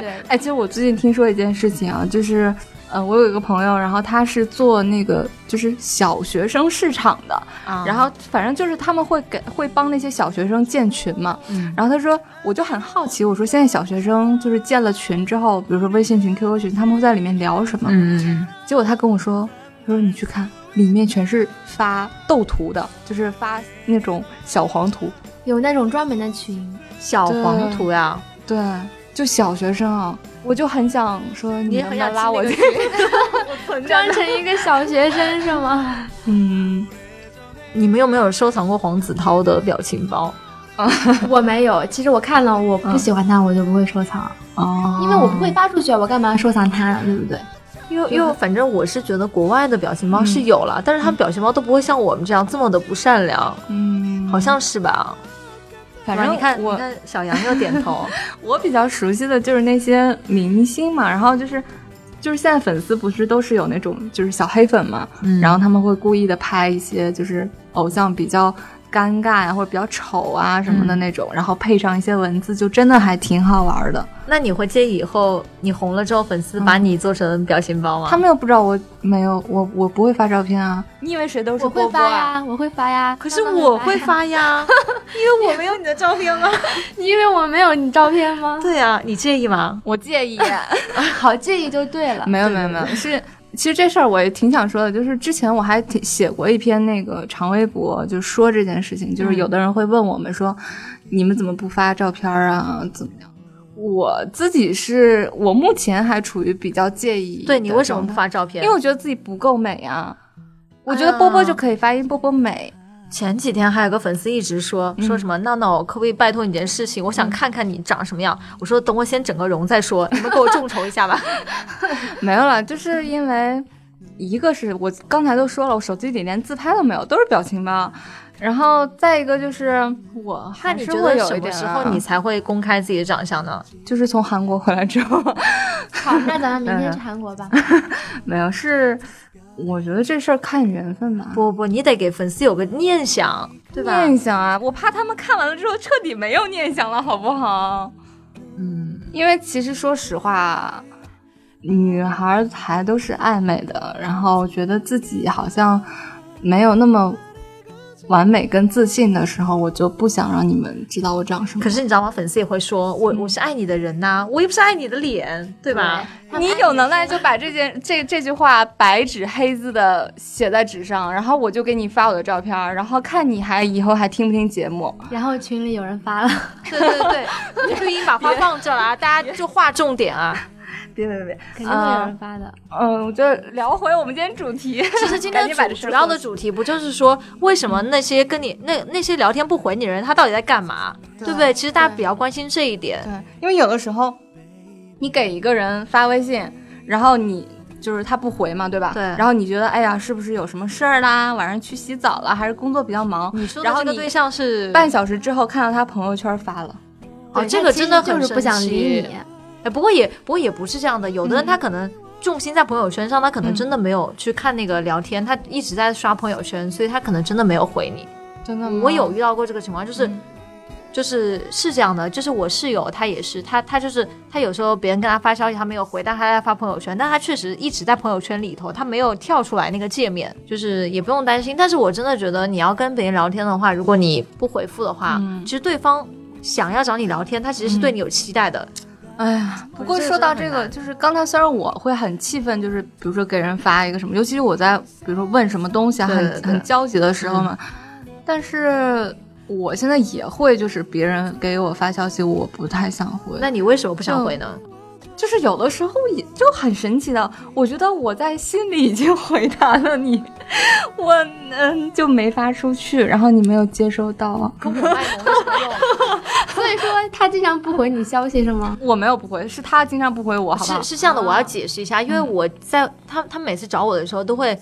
[SPEAKER 4] 对，
[SPEAKER 2] 哎，其实我最近听说一件事情啊，就是，呃，我有一个朋友，然后他是做那个就是小学生市场的，
[SPEAKER 1] 啊
[SPEAKER 2] 然后反正就是他们会给会帮那些小学生建群嘛。
[SPEAKER 1] 嗯
[SPEAKER 2] 然后他说，我就很好奇，我说现在小学生就是建了群之后，比如说微信群、QQ 群，他们会在里面聊什么？
[SPEAKER 1] 嗯
[SPEAKER 2] 结果他跟我说，他说你去看，里面全是发斗图的，就是发那种小黄图。
[SPEAKER 4] 有那种专门的群，
[SPEAKER 1] 小黄图呀，
[SPEAKER 2] 对，就小学生啊，我就很想说，
[SPEAKER 1] 你
[SPEAKER 2] 你
[SPEAKER 1] 也
[SPEAKER 2] 能
[SPEAKER 1] 很
[SPEAKER 2] 不
[SPEAKER 1] 想
[SPEAKER 2] 能拉我
[SPEAKER 1] 进
[SPEAKER 2] 进
[SPEAKER 1] 那
[SPEAKER 2] 去
[SPEAKER 1] 个。群
[SPEAKER 4] 装成一个小学生是吗？
[SPEAKER 2] 嗯，
[SPEAKER 1] 你们有没有收藏过黄子韬的表情包？
[SPEAKER 4] 我没有，其实我看了，我不喜欢他，我就不会收藏，
[SPEAKER 1] 嗯
[SPEAKER 2] 哦
[SPEAKER 4] 因为我不会发出去，我干嘛收藏它呢？对不对？
[SPEAKER 1] 因为因为反正我是觉得国外的表情包是有了，但是他们表情包都不会像我们这样这么的不善良，
[SPEAKER 2] 嗯，
[SPEAKER 1] 好像是吧？
[SPEAKER 2] 反
[SPEAKER 1] 哇
[SPEAKER 2] 正
[SPEAKER 1] 你看，你
[SPEAKER 2] 我
[SPEAKER 1] 看小杨又点头，
[SPEAKER 2] 我比较熟悉的就是那些明星嘛，然后就是就是现在粉丝不是都是有那种就是小黑粉嘛，
[SPEAKER 1] 嗯
[SPEAKER 2] 然后他们会故意的拍一些就是偶像比较尴尬呀、或者比较丑啊什么的那种，然后配上一些文字，就真的还挺好玩的。
[SPEAKER 1] 那你会介意以后你红了之后粉丝把你做成表情包吗？
[SPEAKER 2] 他们又不知道我没有我我不会发照片啊，你以为谁都
[SPEAKER 4] 我会发呀，我会发呀。
[SPEAKER 1] 啊可是
[SPEAKER 4] 慢慢
[SPEAKER 1] 我
[SPEAKER 4] 发
[SPEAKER 1] 会发呀，因为我没有你的照片啊。
[SPEAKER 4] 你以为我没有你照片 吗？
[SPEAKER 1] 对呀、你介意吗？
[SPEAKER 2] 我介意。
[SPEAKER 4] 好介意就对了。
[SPEAKER 2] 没有没有没有， 是其实这事儿我也挺想说的，就是之前我还挺写过一篇那个长微博，就说这件事情，就是有的人会问我们说，你们怎么不发照片儿啊，怎么样？我自己是我目前还处于比较介意，
[SPEAKER 1] 对你为什么不？发照片？
[SPEAKER 2] 因为我觉得自己不够美啊。我觉得波波就可以发音波波美，
[SPEAKER 1] 前几天还有个粉丝一直说说什么闹闹，可不可以拜托你件事情？我想看看你长什么样。我说等我先整个容再说，你们给我众筹一下吧。
[SPEAKER 2] 没有了，就是因为一个是我刚才都说了，我手机里连自拍都没有，都是表情包。然后再一个就是我
[SPEAKER 1] 那
[SPEAKER 2] 还
[SPEAKER 1] 你
[SPEAKER 2] 是
[SPEAKER 1] 觉
[SPEAKER 2] 会
[SPEAKER 1] 得
[SPEAKER 2] 有
[SPEAKER 1] 什
[SPEAKER 2] 一点
[SPEAKER 1] 么时
[SPEAKER 2] 啊
[SPEAKER 1] 候你才会公开自己的长相呢？
[SPEAKER 2] 就是从韩国回来之后，
[SPEAKER 4] 好，那咱们明天去韩国吧。
[SPEAKER 2] 没有，是我觉得这事儿看缘分吧。
[SPEAKER 1] 不不，你得给粉丝有个念想，对吧？
[SPEAKER 2] 念想啊，我怕他们看完了之后彻底没有念想了，好不好？
[SPEAKER 1] 嗯，
[SPEAKER 2] 因为其实说实话，女孩还都是爱美的，然后觉得自己好像没有那么完美跟自信的时候，我就不想让你们知道我长什么。
[SPEAKER 1] 可是你知道吗？粉丝也会说，我我是爱你的人呐、我又不是爱你的脸， 对吧？
[SPEAKER 2] 你有能耐就把这件这这句话白纸黑字的写在纸上，然后我就给你发我的照片儿，然后看你还以后还听不听节目。
[SPEAKER 4] 然后群里有 人发了，
[SPEAKER 1] 对对对，绿茵把话放这了啊，大家就划重点啊。
[SPEAKER 2] 别别别，
[SPEAKER 4] 肯定会有人发的。
[SPEAKER 2] 嗯，我觉得聊回我们今天主题，
[SPEAKER 1] 其实今天
[SPEAKER 2] 赶紧把
[SPEAKER 1] 主
[SPEAKER 2] 这事
[SPEAKER 1] 主
[SPEAKER 2] 儿
[SPEAKER 1] 要
[SPEAKER 2] 过
[SPEAKER 1] 的主题不就是说，为什么那些跟你那那些聊天不回你的人，他到底在干嘛，对不对？其实大家比较关心这一点。
[SPEAKER 2] 对，因为有的时候你给一个人发微信，然后你就是他不回嘛，对吧？
[SPEAKER 1] 对
[SPEAKER 2] 然后你觉得哎呀，是不是有什么事儿啦？晚上去洗澡了，还是工作比较忙？
[SPEAKER 1] 你说的
[SPEAKER 2] 然后
[SPEAKER 1] 这个
[SPEAKER 2] 你
[SPEAKER 1] 对象是，
[SPEAKER 2] 半小时之后看到他朋友圈发了，
[SPEAKER 1] 哦，
[SPEAKER 4] 对
[SPEAKER 1] 这
[SPEAKER 4] 他
[SPEAKER 1] 个
[SPEAKER 4] 其实
[SPEAKER 1] 真的很
[SPEAKER 4] 就是不想
[SPEAKER 1] 神
[SPEAKER 4] 理
[SPEAKER 1] 奇
[SPEAKER 4] 你。
[SPEAKER 1] 哎，不过也不过也不是这样的，有的人他可能重心在朋友圈上，他可能真的没有去看那个聊天，他一直在刷朋友圈，所以他可能真的没有回你。
[SPEAKER 2] 真的
[SPEAKER 1] 我有遇到过这个情况，就是。就是是这样的，就是我室友他也是，他他就是他有时候别人跟他发消息他没有回，但他在发朋友圈，但他确实一直在朋友圈里头，他没有跳出来那个界面，就是也不用担心。但是我真的觉得你要跟别人聊天的话，如果你不回复的话，其实对方想要找你聊天，他其实是对你有期待的。
[SPEAKER 2] 哎呀，不过
[SPEAKER 1] 这个
[SPEAKER 2] 说到
[SPEAKER 1] 真的很
[SPEAKER 2] 这个，
[SPEAKER 1] 难
[SPEAKER 2] 就是刚才虽然我会很气愤，就是比如说给人发一个什么，尤其是我在比如说问什么东西啊，
[SPEAKER 1] 对
[SPEAKER 2] 很
[SPEAKER 1] 对对
[SPEAKER 2] 很焦急的时候嘛，但是我现在也会就是别人给我发消息，我不太想回。
[SPEAKER 1] 那你为什么不想回呢？
[SPEAKER 2] 就是有的时候也就很神奇的，我觉得我在心里已经回答了你，我嗯就没发出去，然后你没有接收到啊。
[SPEAKER 1] 跟我卖萌有什么 用？
[SPEAKER 4] 所以说他经常不回你消息是吗？
[SPEAKER 2] 我没有不回，是他经常不回我，好不好
[SPEAKER 1] 是？是这样的，我要解释一下，因为我在他他每次找我的时候都会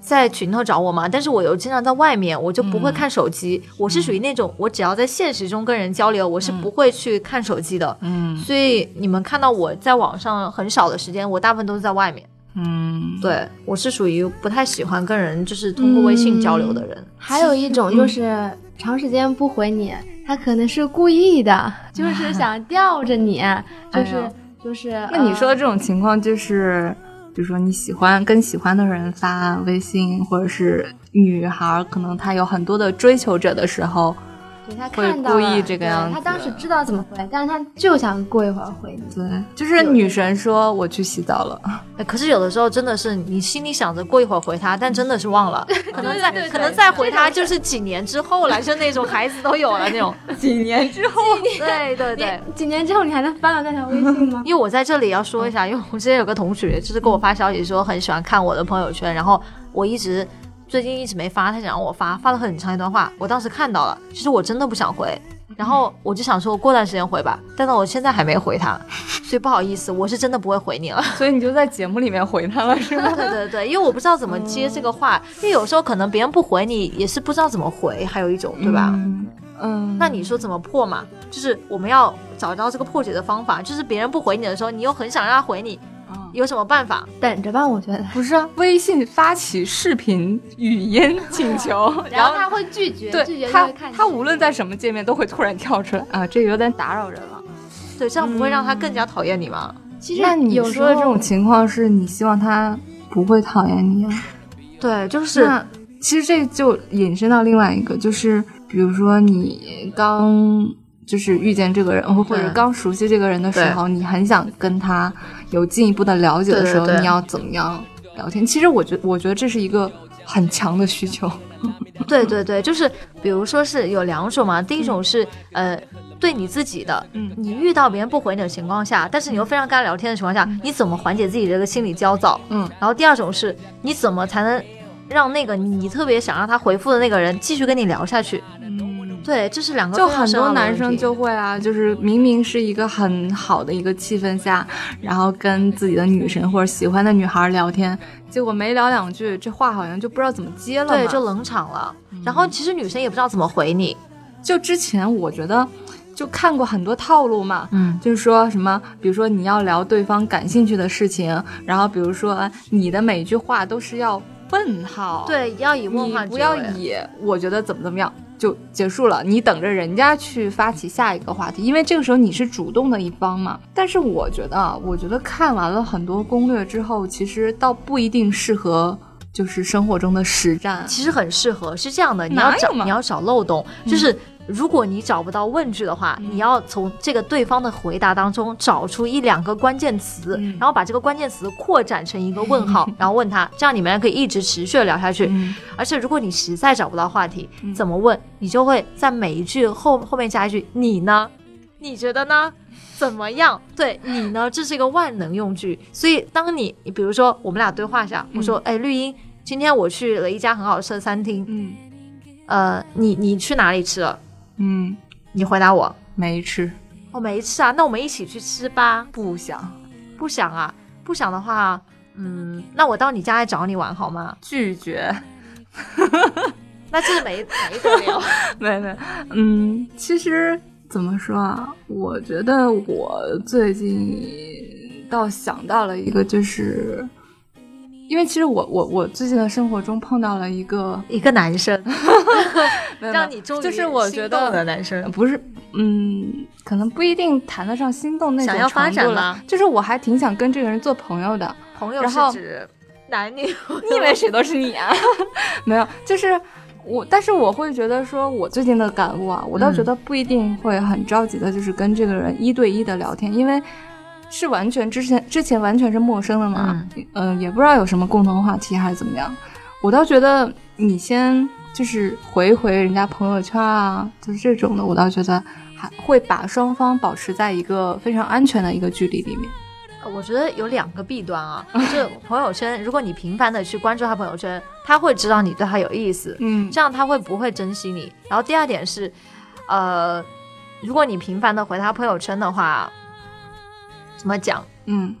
[SPEAKER 1] 在群头找我嘛，但是我又经常在外面，我就不会看手机。我是属于那种，我只要在现实中跟人交流，我是不会去看手机的。
[SPEAKER 2] 嗯
[SPEAKER 1] 所以你们看到我在网上很少的时间，我大部分都是在外面。
[SPEAKER 2] 嗯，
[SPEAKER 1] 对我是属于不太喜欢跟人就是通过微信交流的人。
[SPEAKER 4] 还有一种就是长时间不回你，他可能是故意 的，就是想吊着 你，就是、
[SPEAKER 2] 哎呦
[SPEAKER 4] 就是。
[SPEAKER 2] 那你说
[SPEAKER 4] 呃
[SPEAKER 2] 的这种情况就是，比如说你喜欢跟喜欢的人发微信，或者是女孩儿可能她有很多的追求者的时候，
[SPEAKER 4] 呃给他
[SPEAKER 2] 会
[SPEAKER 4] 看到
[SPEAKER 2] 故
[SPEAKER 4] 了
[SPEAKER 2] 意这个
[SPEAKER 4] 对
[SPEAKER 2] 样
[SPEAKER 4] 他
[SPEAKER 2] 子
[SPEAKER 4] 当时知道怎么回，但是他就想过一会儿回你。
[SPEAKER 2] 对，就是女神说我去洗澡了，
[SPEAKER 1] 哎可是有的时候真的是你心里想着过一会儿回他，但真的是忘 了，可能再可能再回他就是几年之后了，就那种孩子都有了那种。
[SPEAKER 2] 几年之后，
[SPEAKER 1] 对对对。
[SPEAKER 4] 几年之后你还能翻到那条微信吗？
[SPEAKER 1] 因为我在这里要说一
[SPEAKER 2] 嗯
[SPEAKER 1] 下，因为我之前有个同学就是给我发消息说很喜欢看我的朋友圈，然后我一直最近一直没发，他想让我发，发了很长一段话，我当时看到了，其实我真的不想回，然后我就想说过段时间回吧，但是我现在还没回他，所以不好意思，我是真的不会回你了。
[SPEAKER 2] 所以你就在节目里面回她了，是吗？
[SPEAKER 1] 对对对，因为我不知道怎么接这个话，因为有时候可能别人不回你也是不知道怎么回，还有一种对吧？
[SPEAKER 2] 嗯嗯，
[SPEAKER 1] 那你说怎么破嘛？就是我们要找到这个破解的方法，就是别人不回你的时候，你又很想让他回你，
[SPEAKER 2] 嗯
[SPEAKER 1] 有什么办法？
[SPEAKER 4] 等着吧，我觉得。
[SPEAKER 2] 不是啊，微信发起视频语音请 求，然后
[SPEAKER 4] 他会拒绝，拒
[SPEAKER 2] 对
[SPEAKER 4] 绝就
[SPEAKER 2] 他
[SPEAKER 4] 会看你
[SPEAKER 2] 他无论在什么界面都会突然跳出来啊，这有点打扰人了。
[SPEAKER 1] 对，这样不会让他更加讨厌你吗？
[SPEAKER 4] 其实
[SPEAKER 2] 那你
[SPEAKER 4] 有时
[SPEAKER 2] 说的
[SPEAKER 4] 候
[SPEAKER 2] 这种情况是你希望他不会讨厌你啊？
[SPEAKER 1] 对，就是
[SPEAKER 2] 那其实这就引申到另外一个，就是比如说你刚就是遇见这个人，或者刚熟悉这个人的时候，你很想跟他有进一步的了解的时候，
[SPEAKER 1] 对对对
[SPEAKER 2] 你要怎么样聊天？其实我觉我觉得这是一个很强的需求。嗯
[SPEAKER 1] 对对对，就是比如说是有两种嘛，第一种是、呃对你自己的，
[SPEAKER 2] 嗯
[SPEAKER 1] 你遇到别人不回你的情况下，但是你又非常跟他聊天的情况下，你怎么缓解自己这个心理焦躁？
[SPEAKER 2] 嗯，
[SPEAKER 1] 然后第二种是你怎么才能让那个你特别想让他回复的那个人继续跟你聊下去？对，这是两个
[SPEAKER 2] 就
[SPEAKER 1] 嗯非常
[SPEAKER 2] 很
[SPEAKER 1] 深
[SPEAKER 2] 多
[SPEAKER 1] 奥的
[SPEAKER 2] 男
[SPEAKER 1] 问
[SPEAKER 2] 生
[SPEAKER 1] 题
[SPEAKER 2] 就会啊，就是明明是一个很好的一个气氛下，然后跟自己的女神或者喜欢的女孩聊天，结果没聊两句，这话好像就不知道怎么嗯接了嘛。
[SPEAKER 1] 对就冷场了，然后其实女生也不知道怎么回你，
[SPEAKER 2] 就之前我觉得就看过很多套路嘛，
[SPEAKER 1] 嗯，
[SPEAKER 2] 就是说什么，比如说你要聊对方感兴趣的事情，然后比如说呃你的每一句话都是要问号，，
[SPEAKER 1] 对，要以问
[SPEAKER 2] 你
[SPEAKER 1] 话
[SPEAKER 2] 不
[SPEAKER 1] 结
[SPEAKER 2] 要
[SPEAKER 1] 尾
[SPEAKER 2] 以我觉得怎么怎么样。就结束了，你等着人家去发起下一个话题，因为这个时候你是主动的一方嘛。但是我觉得啊，我觉得看完了很多攻略之后，其实倒不一定适合就是生活中的实战。
[SPEAKER 1] 其实很适合，是这样的，你
[SPEAKER 2] 哪
[SPEAKER 1] 要
[SPEAKER 2] 有
[SPEAKER 1] 找
[SPEAKER 2] 嘛嗯
[SPEAKER 1] 你要找漏洞，就是如果你找不到问句的话，你要从这个对方的回答当中找出一两个关键词，
[SPEAKER 2] 嗯
[SPEAKER 1] 然后把这个关键词扩展成一个问 号，然后问他，这样你们俩可以一直持续的聊下去。
[SPEAKER 2] 嗯
[SPEAKER 1] 而且如果你实在找不到话题，怎么问，你就会在每一句后后面加一句“你呢？你觉得呢？”怎么样？对你呢？这是一个万能用具，所以当你比如说我们俩对话一
[SPEAKER 2] 嗯
[SPEAKER 1] 下，我说：“哎，绿茵，今天我去了一家很好吃的餐厅，
[SPEAKER 2] 嗯
[SPEAKER 1] 呃，你你去哪里吃了？
[SPEAKER 2] 嗯，
[SPEAKER 1] 你回答我，
[SPEAKER 2] 没吃，
[SPEAKER 1] 我没吃啊，那我们一起去吃吧。
[SPEAKER 2] 不想
[SPEAKER 1] 不想啊，不想的话，嗯，那我到你家来找你玩好吗？
[SPEAKER 2] 拒绝。
[SPEAKER 1] 那这没没得 聊。
[SPEAKER 2] 没没，嗯，其实怎么说啊？我觉得我最近倒想到了一个，就是因为其实我我我最近的生活中碰到了一个
[SPEAKER 1] 一个男生
[SPEAKER 2] 没有没有
[SPEAKER 1] 让你终于
[SPEAKER 2] 就是我觉
[SPEAKER 1] 心动的
[SPEAKER 2] 得。
[SPEAKER 1] 男生，
[SPEAKER 2] 不是，嗯，可能不一定谈得上心动那种
[SPEAKER 1] 想要发
[SPEAKER 2] 程度
[SPEAKER 1] 展
[SPEAKER 2] 了
[SPEAKER 1] 吗，
[SPEAKER 2] 就是我还挺想跟这个人做朋友的，
[SPEAKER 1] 朋友
[SPEAKER 2] 然
[SPEAKER 1] 是
[SPEAKER 2] 后
[SPEAKER 1] 指 男女，
[SPEAKER 2] 你以为谁都是你啊？没有，就是我，但是我会觉得说，我最近的感悟啊，我倒觉得不一定会很着急的，就是跟这个人一对一的聊天，因为是完全之前之前完全是陌生的嘛，嗯、也不知道有什么共同话题还是怎么样。我倒觉得你先就是回一回人家朋友圈啊，就是这种的，我倒觉得还会把双方保持在一个非常安全的一个距离里面。
[SPEAKER 1] 我觉得有两个弊端啊，就是朋友圈，如果你频繁的去关注他朋友圈，他会知道你对他有意思，
[SPEAKER 2] 嗯
[SPEAKER 1] 这样他会不会珍惜你？然后第二点是，呃，如果你频繁的回他朋友圈的话，怎么讲？
[SPEAKER 2] 嗯，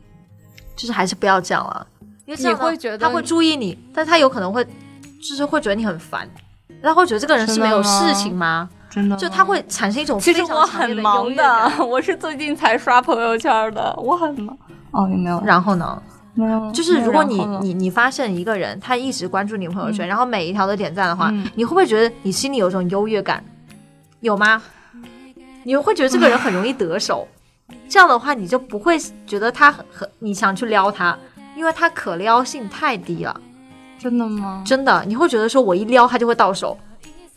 [SPEAKER 1] 就是还是不要这样了，因为这样呢
[SPEAKER 2] 你会觉得
[SPEAKER 1] 他会注意你，但他有可能会就是会觉得你很烦，他会觉得这个人是
[SPEAKER 2] 真的
[SPEAKER 1] 没有事
[SPEAKER 2] 吗
[SPEAKER 1] 情吗？
[SPEAKER 2] 真的吗，
[SPEAKER 1] 就他会产生一种
[SPEAKER 2] 其
[SPEAKER 1] 非
[SPEAKER 2] 实
[SPEAKER 1] 常
[SPEAKER 2] 我
[SPEAKER 1] 强
[SPEAKER 2] 很
[SPEAKER 1] 烈的优
[SPEAKER 2] 忙
[SPEAKER 1] 越感。，
[SPEAKER 2] 我是最近才刷朋友圈的，我很忙。哦，也没有，
[SPEAKER 1] 然后呢，
[SPEAKER 2] 没有，
[SPEAKER 1] 就是如果你
[SPEAKER 2] 没有然后了
[SPEAKER 1] 你你发现一个人他一直关注你朋友圈，然后每一条都点赞的话，
[SPEAKER 2] 嗯
[SPEAKER 1] 你会不会觉得你心里有种优越感？有吗？你会觉得这个人很容易得手，这样的话你就不会觉得他很很你想去撩他，因为他可撩性太低了。
[SPEAKER 2] 真的吗？
[SPEAKER 1] 真的，你会觉得说我一撩他就会到手，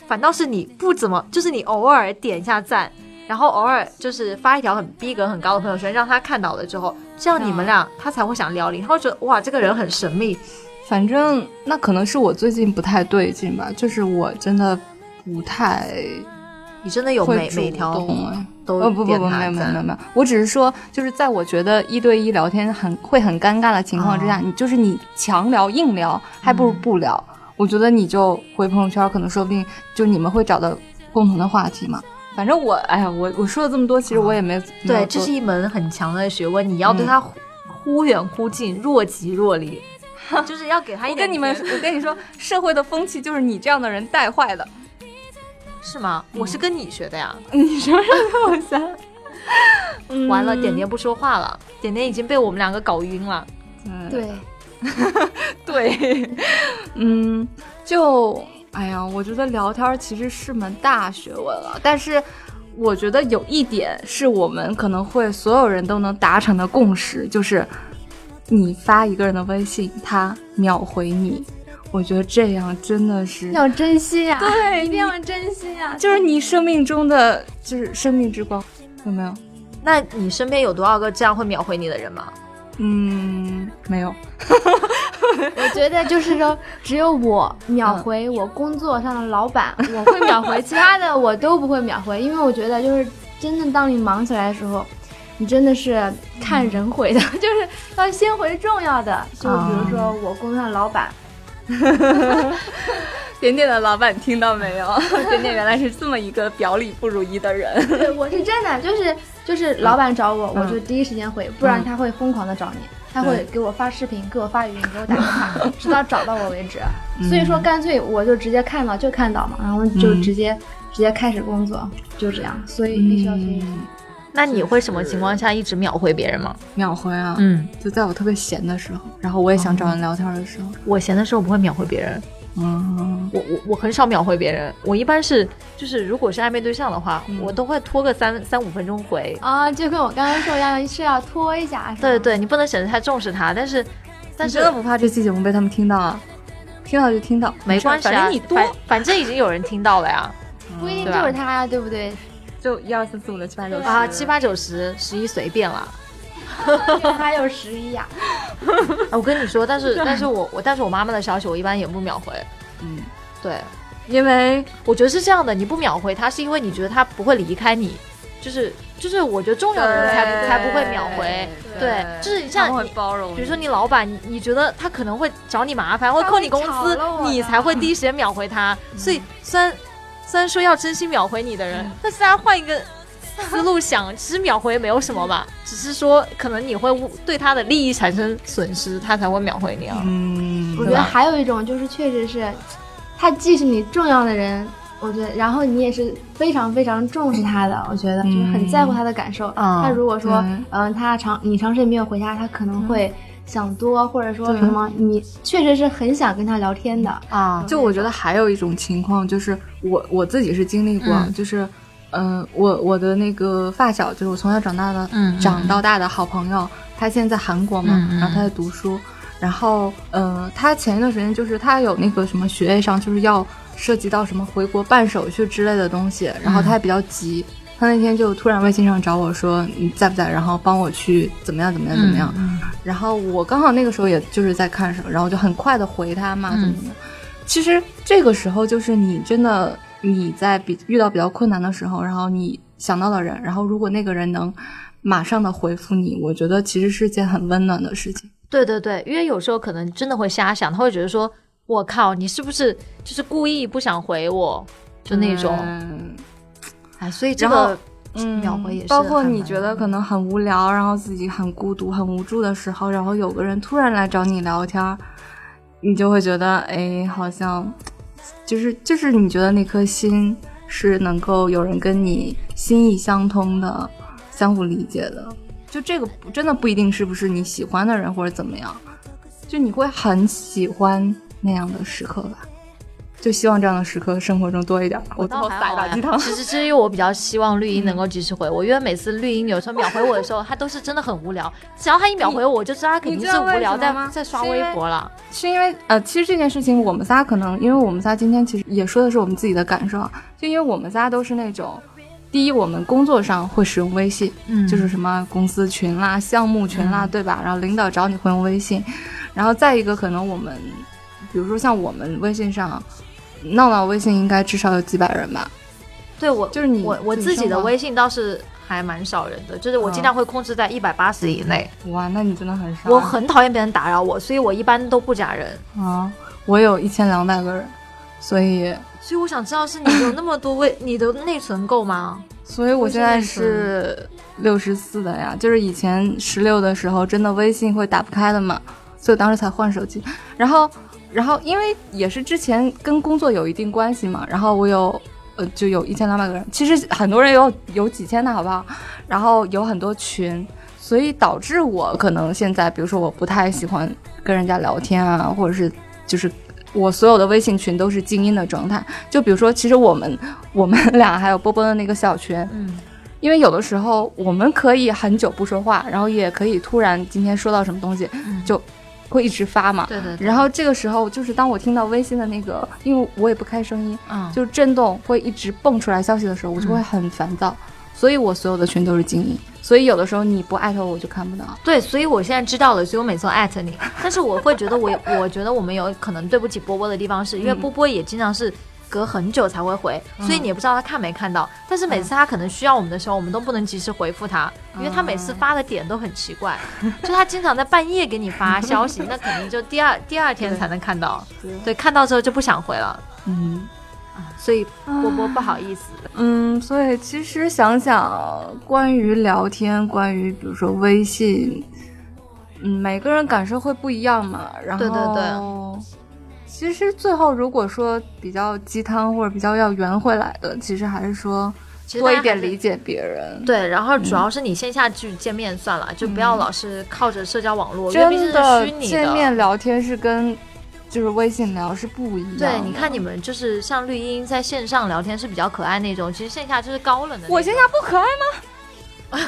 [SPEAKER 1] 反倒是你不怎么，就是你偶尔点一下赞，然后偶尔就是发一条很逼格很高的朋友圈，让他看到了之后，这样你们
[SPEAKER 2] 嗯
[SPEAKER 1] 俩他才会想撩你，他会觉得哇这个人很神秘，
[SPEAKER 2] 反正那可能是我最近不太对劲吧，就是我真的不太
[SPEAKER 1] 你真的有
[SPEAKER 2] 会
[SPEAKER 1] 每
[SPEAKER 2] 主
[SPEAKER 1] 每条
[SPEAKER 2] 动哎。
[SPEAKER 1] 都
[SPEAKER 2] 哦不不
[SPEAKER 1] 点
[SPEAKER 2] 不，
[SPEAKER 1] 他
[SPEAKER 2] 没有没有
[SPEAKER 1] 赞
[SPEAKER 2] 没有没有，我只是说，就是在我觉得一对一聊天很会很尴尬的情况之下，
[SPEAKER 1] 嗯
[SPEAKER 2] 你就是你强聊硬聊，还不如不聊。我觉得你就回朋友圈，可能说不定就你们会找到共同的话题嘛。反正我，哎呀，我我说了这么多，其实我也嗯没、没有
[SPEAKER 1] 嗯对，这
[SPEAKER 2] 做
[SPEAKER 1] 是一门很强的学问，你要对他忽忽远忽近，若即若离，就是要给他一
[SPEAKER 2] 我
[SPEAKER 1] 点
[SPEAKER 2] 跟你们，
[SPEAKER 1] 甜
[SPEAKER 2] 我跟你说，社会的风气就是你这样的人带坏的。
[SPEAKER 1] 是吗？
[SPEAKER 2] 嗯
[SPEAKER 1] 我是跟 你学的呀，
[SPEAKER 2] 你什么时候跟我讲？嗯
[SPEAKER 1] 完了点点不说话了，点点已经被我们两个搞晕了。
[SPEAKER 2] 嗯
[SPEAKER 4] 对，
[SPEAKER 2] 对，嗯，就哎呀，我觉得聊天儿其实是门大学问了，但是我觉得有一点是我们可能会所有人都能达成的共识，就是你发一个人的微信，他秒回你，我觉得这样真的是
[SPEAKER 4] 要珍惜呀、
[SPEAKER 2] 对
[SPEAKER 4] 一定要珍惜呀、
[SPEAKER 2] 就是你生命中的就是生命之光，有没有？
[SPEAKER 1] 那你身边有多少个这样会秒回你的人吗？
[SPEAKER 2] 嗯，没有。
[SPEAKER 4] 我觉得就是说，只有我秒回我工作上的老板，我会秒回，其他的我都不会秒回，因为我觉得就是真的，当你忙起来的时候，你真的是看人回的， 就是要先回重要的，就比如说我工作上的老板，
[SPEAKER 2] 点点的老板听到没 有？点点原来是这么一个表里不如一的人。
[SPEAKER 4] 对，我是真的，就是就是
[SPEAKER 1] 嗯
[SPEAKER 4] 老板找我，我就第一时间回，不然他会疯狂的找你，他会给我发视频，给我发语音，给我打 电话，直到找到我为止。
[SPEAKER 1] 嗯
[SPEAKER 4] 所以说，干脆我就直接看到就看到嘛，然后就直接、直接开始工作，就这样。所以必须要注意。
[SPEAKER 1] 嗯那你会什么情况下一直秒回别人吗？
[SPEAKER 2] 秒回啊，
[SPEAKER 1] 嗯，
[SPEAKER 2] 就在我特别闲的时候，然后我也想找人聊天的时候，
[SPEAKER 1] 我闲的时候不会秒回别人，
[SPEAKER 2] 嗯，
[SPEAKER 1] 我我我很少秒回别人，我一般是就是如果是暧昧对象的话，我都会拖个三三五分钟回。
[SPEAKER 4] 啊，就跟我刚刚说一样，是要拖一下，是吧
[SPEAKER 1] 对，对，你不能显得太重视他，但是但
[SPEAKER 2] 你
[SPEAKER 1] 是
[SPEAKER 2] 真的不怕这期节目被他们听到啊？听到就听到，
[SPEAKER 1] 没关系
[SPEAKER 2] 反
[SPEAKER 1] 啊，
[SPEAKER 2] 正你多
[SPEAKER 1] 反反正已经有人听到了呀。
[SPEAKER 4] 不一定
[SPEAKER 1] 对
[SPEAKER 4] 就
[SPEAKER 1] 吧
[SPEAKER 4] 是他呀，对 不对？
[SPEAKER 2] 就一二三四五六七八九十
[SPEAKER 1] 啊，七八九十十一随便啦。
[SPEAKER 4] 还有十一呀，
[SPEAKER 1] 啊我跟你说，但是但是我我但是我妈妈的消息我一般也不秒回。
[SPEAKER 2] 嗯，
[SPEAKER 1] 对，
[SPEAKER 2] 因为
[SPEAKER 1] 我觉得是这样的，你不秒回他是因为你觉得他不会离开你，就是就是我觉得重要的人才不才不会秒回。对，就是
[SPEAKER 2] 他
[SPEAKER 1] 像
[SPEAKER 2] 们会
[SPEAKER 1] 你
[SPEAKER 2] 包容你，
[SPEAKER 1] 比如说你老板，你你觉得他可能会找你麻烦，会
[SPEAKER 3] 他
[SPEAKER 1] 扣
[SPEAKER 3] 会
[SPEAKER 1] 你工
[SPEAKER 3] 炒
[SPEAKER 1] 资
[SPEAKER 3] 了我，的
[SPEAKER 1] 你才会第一时间秒回他。所以虽然虽然说要珍惜秒回你的人，但是大家换一个思路想，其实秒回也没有什么吧，只是说可能你会误对他的利益产生损失，他才会秒回你啊。
[SPEAKER 2] 嗯
[SPEAKER 4] 我觉得还有一种就是，确实是，他既是你重要的人，我觉得，然后你也是非常非常重视他的，我觉得就是很在乎他的感受。
[SPEAKER 1] 嗯
[SPEAKER 4] 他如果说，
[SPEAKER 2] 嗯
[SPEAKER 4] 嗯、他长你长时间没有回家，他可能
[SPEAKER 1] 嗯
[SPEAKER 4] 会想多，或者说什么，你确实是很想跟他聊天的。
[SPEAKER 1] 啊，
[SPEAKER 2] 就我觉得还有一种情况，就是我我自己是经历过，
[SPEAKER 1] 嗯
[SPEAKER 2] 就是，嗯、我我的那个发小，就是我从小长大的，
[SPEAKER 1] 嗯嗯
[SPEAKER 2] 长到大的好朋友，他现在在韩国嘛，
[SPEAKER 1] 嗯嗯
[SPEAKER 2] 然后他在读书，然后，呃，他前一段时间就是他有那个什么学业上就是要涉及到什么回国办手续之类的东西，然
[SPEAKER 1] 嗯
[SPEAKER 2] 后他也比较急。他那天就突然微信上找我说你在不在，然后帮我去怎么样怎么样怎么样，
[SPEAKER 1] 嗯
[SPEAKER 2] 然后我刚好那个时候也就是在看什么，然后我就很快的回他嘛，
[SPEAKER 1] 嗯
[SPEAKER 2] 怎么怎么样。其实这个时候就是你真的你在比遇到比较困难的时候，然后你想到的人，然后如果那个人能马上的回复你，我觉得其实是件很温暖的事情。
[SPEAKER 1] 对对对，因为有时候可能真的会瞎想，他会觉得说，我靠，你是不是就是故意不想回我，就那种，
[SPEAKER 2] 嗯
[SPEAKER 1] 哎，所以这
[SPEAKER 2] 然
[SPEAKER 1] 个
[SPEAKER 2] 后嗯
[SPEAKER 1] 秒回也是
[SPEAKER 2] 包括
[SPEAKER 1] 很
[SPEAKER 2] 你
[SPEAKER 1] 难
[SPEAKER 2] 觉得可能很无聊，然后自己很孤独、很无助的时候，然后有个人突然来找你聊天儿，你就会觉得，哎，好像就是就是你觉得那颗心是能够有人跟你心意相通的、相互理解的。就这个不真的不一定是不是你喜欢的人或者怎么样，就你会很喜欢那样的时刻吧。就希望这样的时刻生活中多一点儿。我最
[SPEAKER 1] 倒
[SPEAKER 2] 后
[SPEAKER 1] 还
[SPEAKER 2] 撒
[SPEAKER 1] 好
[SPEAKER 2] 一把
[SPEAKER 1] 呀
[SPEAKER 2] 鸡汤。嗯
[SPEAKER 1] 其实是因为我比较希望绿茵能够及时回我，因为每次绿茵有时候秒回我的时候，她都是真的很无聊。只要她一秒回我，我就知道她肯定是无聊
[SPEAKER 2] 你知道为什
[SPEAKER 1] 在
[SPEAKER 2] 么吗
[SPEAKER 1] 在刷微博了。
[SPEAKER 2] 是因为呃，其实这件事情我们仨可能，因为我们仨今天其实也说的是我们自己的感受，啊，就因为我们仨都是那种，第一我们工作上会使用微信，
[SPEAKER 1] 嗯
[SPEAKER 2] 就是什么公司群啦、项目群啦，对吧？然后领导找你会用微信，然后再一个可能我们，比如说像我们微信上，闹闹微信应该至少有几百人吧，
[SPEAKER 1] 对我嗯
[SPEAKER 2] 就是你
[SPEAKER 1] 我我
[SPEAKER 2] 自己
[SPEAKER 1] 自己的
[SPEAKER 2] 上吗嗯
[SPEAKER 1] 微信倒是还蛮少人的，就是我尽量会控制在一百八十以内。
[SPEAKER 2] 哇，那你真的很少啊。
[SPEAKER 1] 我很讨厌别人打扰我，所以我一般都不加人。
[SPEAKER 2] 啊，我有一千两百个人，所以
[SPEAKER 1] 所以我想知道是你有那么多微，你的内存够吗？
[SPEAKER 2] 所以 我现在是六十四的呀，就是以前十六的时候，真的微信会打不开的嘛，所以我当时才换手机。然后，然后因为也是之前跟工作有一定关系嘛，然后我有呃就有一千两百个人，其实很多人有有几千的好不好？然后有很多群，所以导致我可能现在，比如说我不太喜欢跟人家聊天啊，或者是就是我所有的微信群都是静音的状态。就比如说，其实我们我们俩还有波波的那个小群，
[SPEAKER 1] 嗯，
[SPEAKER 2] 因为有的时候我们可以很久不说话，然后也可以突然今天说到什么东西，就会一直发嘛。
[SPEAKER 1] 嗯对对对，
[SPEAKER 2] 然后这个时候就是当我听到微信的那个，因为我也不开声音，
[SPEAKER 1] 嗯，
[SPEAKER 2] 就是震动会一直蹦出来消息的时候，我就会很烦躁。所以我所有的群都是静音，所以有的时候你不艾特我，我就看不到。
[SPEAKER 1] 对，所以我现在知道了，所以我每次都艾特 你。但是我会觉得我，我觉得我们有可能对不起波波的地方是，因为
[SPEAKER 2] 嗯
[SPEAKER 1] 波波也经常是隔很久才会回，所以你也不知道他看没看到。但是每次他可能需要我们的时候，我们都不能及时回复他，
[SPEAKER 2] 嗯
[SPEAKER 1] 因为他每次发的点都很奇怪，就他经常在半夜给你发消 息，那肯定就第二第二天才能看到。对，看到之后就不想回了，
[SPEAKER 2] 嗯
[SPEAKER 1] 所以波波不好意思。
[SPEAKER 2] 嗯，所以其实想想，关于聊天，关于比如说微信，嗯，每个人感受会不一样嘛。然后
[SPEAKER 1] 对对对
[SPEAKER 2] 其实最后如果说比较鸡汤或者比较要圆回来的，其实还是说
[SPEAKER 1] 其实
[SPEAKER 2] 多
[SPEAKER 1] 大
[SPEAKER 2] 一
[SPEAKER 1] 家
[SPEAKER 2] 点
[SPEAKER 1] 还是
[SPEAKER 2] 理解嗯别人。
[SPEAKER 1] 对，然后主要是你线下去见面算了，就不要老是靠着社交网络，因为毕竟
[SPEAKER 2] 嗯真
[SPEAKER 1] 是
[SPEAKER 2] 的
[SPEAKER 1] 虚拟
[SPEAKER 2] 见面聊天是跟就是微信聊是不一样的。
[SPEAKER 1] 对，你看你们就是像绿茵在线上聊天是比较可爱那种，其实线下就是高冷的那种。
[SPEAKER 2] 我线下不可爱吗？ 啊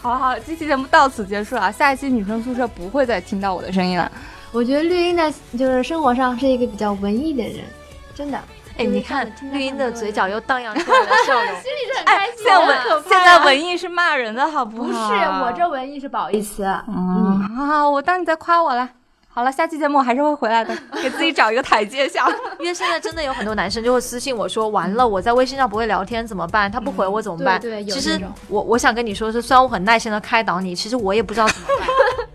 [SPEAKER 2] 好好，这期节目到此结束了，下一期女生宿舍不会再听到我的声音了。
[SPEAKER 4] 我觉得绿茵在就是生活上是一个比较文艺的人，真的。
[SPEAKER 1] 哎，你看绿茵的嘴角又荡漾出来了笑容。
[SPEAKER 3] 心里是很
[SPEAKER 2] 哎
[SPEAKER 3] 开，心
[SPEAKER 2] 现在
[SPEAKER 3] 的。
[SPEAKER 2] 文
[SPEAKER 1] 啊
[SPEAKER 2] 现在文艺是骂人的好不好？
[SPEAKER 3] 不是我这文艺是褒义词，
[SPEAKER 2] 嗯啊，我当你在夸我了。好了，下期节目我还是会回来的，给自己找一个台 阶下。
[SPEAKER 1] 因为现在真的有很多男生就会私信我说，完了，我在微信上不会聊天怎么办？他不
[SPEAKER 2] 嗯
[SPEAKER 1] 回我怎么办？
[SPEAKER 3] 对对有这
[SPEAKER 1] 其实
[SPEAKER 3] 种
[SPEAKER 1] 我我想跟你说是，虽然我很耐心的开导你，其实我也不知道怎么办，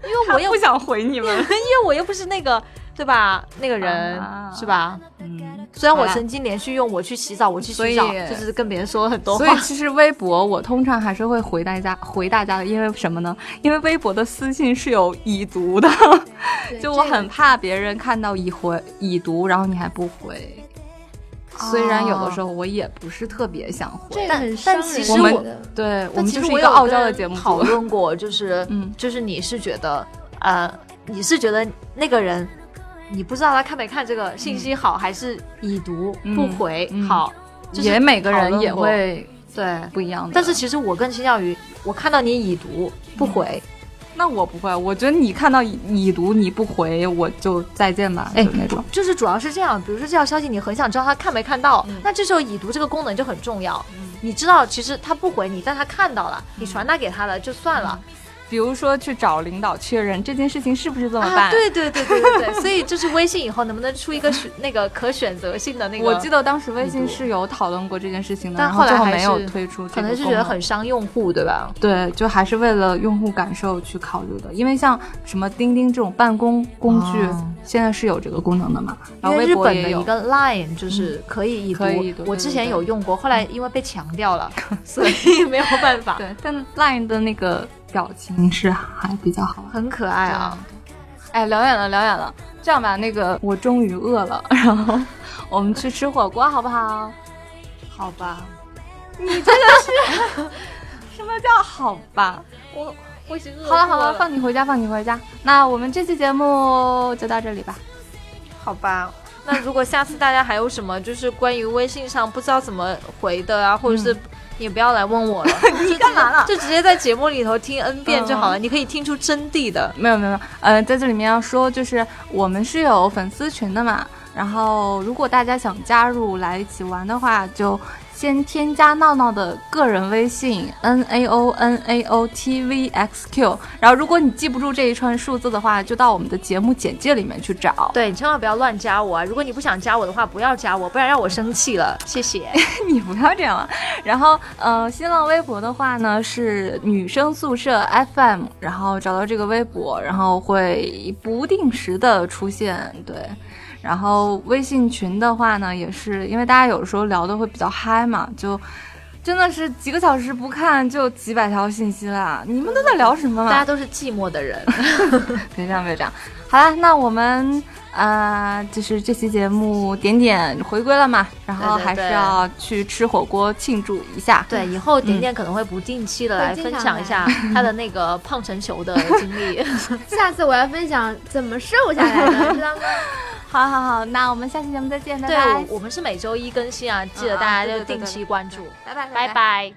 [SPEAKER 1] 因为我又
[SPEAKER 2] 不想回 你们。
[SPEAKER 1] 因为我又不是那个对吧那个人、
[SPEAKER 2] 啊
[SPEAKER 1] 是吧？
[SPEAKER 2] 嗯，
[SPEAKER 1] 虽然我
[SPEAKER 2] 好啦
[SPEAKER 1] 曾经连续用我去洗澡，我去
[SPEAKER 2] 所以
[SPEAKER 1] 洗澡，就是跟别人说了很多
[SPEAKER 2] 所以
[SPEAKER 1] 话。
[SPEAKER 2] 其实微博我通常还是会回大家回大家的，因为什么呢？因为微博的私信是有已读的， 就我很怕别人看到已回已读，然后你还不回。虽然有的时候我也不是特别想回，
[SPEAKER 3] 这个
[SPEAKER 1] 但
[SPEAKER 3] 很伤
[SPEAKER 1] 但其
[SPEAKER 3] 人
[SPEAKER 1] 实
[SPEAKER 2] 我
[SPEAKER 1] 我
[SPEAKER 2] 们对我
[SPEAKER 1] 但
[SPEAKER 2] 们
[SPEAKER 1] 其
[SPEAKER 2] 就
[SPEAKER 1] 实
[SPEAKER 2] 是
[SPEAKER 1] 我
[SPEAKER 2] 一
[SPEAKER 1] 有
[SPEAKER 2] 个傲娇
[SPEAKER 1] 跟
[SPEAKER 2] 的节目
[SPEAKER 1] 讨
[SPEAKER 2] 组。
[SPEAKER 1] 论过，就是
[SPEAKER 2] 嗯
[SPEAKER 1] 就是你是觉得呃，你是觉得那个人，你不知道他看没看这个信息好，还是已读
[SPEAKER 2] 嗯
[SPEAKER 1] 不回
[SPEAKER 2] 嗯
[SPEAKER 1] 好？就是
[SPEAKER 2] 也每个
[SPEAKER 1] 讨
[SPEAKER 2] 人
[SPEAKER 1] 论
[SPEAKER 2] 也
[SPEAKER 1] 过
[SPEAKER 2] 会
[SPEAKER 1] 对。
[SPEAKER 2] 不一样的，
[SPEAKER 1] 但是其实我更倾向于，我看到你已读不回，
[SPEAKER 2] 那我不会，我觉得你看到已已读你不回，我就再见吧，
[SPEAKER 1] 哎
[SPEAKER 2] 就那种。
[SPEAKER 1] 就是主要是这样。比如说这条消息，你很想知道他看没看到，
[SPEAKER 2] 嗯
[SPEAKER 1] 那这时候已读这个功能就很重要。你知道，其实他不回你，但他看到了，
[SPEAKER 2] 嗯
[SPEAKER 1] 你传达给他了，就算了。
[SPEAKER 2] 比如说去找领导确认这件事情是不是这么办？
[SPEAKER 1] 啊，对对对对对对，所以就是微信以后能不能出一个选那个可选择性的那个？
[SPEAKER 2] 我记得当时微信
[SPEAKER 1] 读
[SPEAKER 2] 是有讨论过这件事情的，
[SPEAKER 1] 但
[SPEAKER 2] 然后
[SPEAKER 1] 后来
[SPEAKER 2] 最后
[SPEAKER 1] 还
[SPEAKER 2] 没有
[SPEAKER 1] 是
[SPEAKER 2] 推出这
[SPEAKER 1] 可
[SPEAKER 2] 个功能，
[SPEAKER 1] 能是觉得很伤用户，对吧？
[SPEAKER 2] 对，就还是为了用户感受去考虑的。因为像什么钉钉这种办公工具，
[SPEAKER 1] 哦
[SPEAKER 2] 现在是有这个功能的嘛，然
[SPEAKER 1] 因
[SPEAKER 2] 后
[SPEAKER 1] 为
[SPEAKER 2] 微
[SPEAKER 1] 日
[SPEAKER 2] 博
[SPEAKER 1] 本
[SPEAKER 2] 也
[SPEAKER 1] 的
[SPEAKER 2] 有
[SPEAKER 1] 一。个 Line 就是可以已读，
[SPEAKER 2] 嗯可以已读
[SPEAKER 1] 我
[SPEAKER 2] 对
[SPEAKER 1] 之
[SPEAKER 2] 对
[SPEAKER 1] 前
[SPEAKER 2] 对
[SPEAKER 1] 有用过，后来因为被强调了，所以没有办法。
[SPEAKER 2] 对，但 LINE 的那个表情是还比较好看。
[SPEAKER 1] 很可爱啊！
[SPEAKER 2] 哎，聊远了，聊远了。这样吧，那个我终于饿了，然后我们去吃火锅好不好？
[SPEAKER 1] 好吧，
[SPEAKER 2] 什么叫好吧？
[SPEAKER 1] 我我已经饿
[SPEAKER 2] 好了好
[SPEAKER 1] 过
[SPEAKER 2] 了，放你回家，放你回家。那我们这期节目就到这里吧。
[SPEAKER 1] 好吧。那如果下次大家还有什么就是关于微信上不知道怎么回的啊，或者是也不要来问我了， 你干嘛了？就直接在节目里头听 n 遍就好了，你可以听出真谛的。
[SPEAKER 2] 没有没有，没有，呃，在这里面要说，就是我们是有粉丝群的嘛，然后如果大家想加入来一起玩的话，就先添加闹闹的个人微信 n a o n a o t v x q，然后如果你记不住这一串数字的话，就到我们的节目简介里面去找。
[SPEAKER 1] 对，你千万不要乱加我啊！如果你不想加我的话，不要加我，不然让我生气了。谢谢。
[SPEAKER 2] 你不要这样了。然后，呃，新浪微博的话呢是女生宿舍 FM，然后找到这个微博，然后会不定时的出现，对。然后微信群的话呢，也是因为大家有时候聊的会比较嗨嘛，就真的是几个小时不看就几百条信息啦。你们都在聊什么
[SPEAKER 1] 大家
[SPEAKER 2] 嘛？
[SPEAKER 1] 都是寂寞的人，
[SPEAKER 2] 别这样，别这样。好啦，那我们呃，就是这期节目点点回归了嘛，然后
[SPEAKER 1] 对对
[SPEAKER 2] 还是
[SPEAKER 1] 对
[SPEAKER 2] 要去吃火锅庆祝一下。
[SPEAKER 1] 对，以后点点可能会不定期的来分享一下他的那个胖成球的经历。
[SPEAKER 4] 下次我要分享怎么瘦下来的，知道吗？
[SPEAKER 2] 好好好，那我们下期节目再见，拜
[SPEAKER 1] 对，
[SPEAKER 2] 拜。
[SPEAKER 1] 我我们是每周一更新啊，记得大家
[SPEAKER 2] 嗯嗯
[SPEAKER 1] 就
[SPEAKER 2] 对对对
[SPEAKER 1] 定期关注。
[SPEAKER 4] 拜拜
[SPEAKER 1] 拜拜。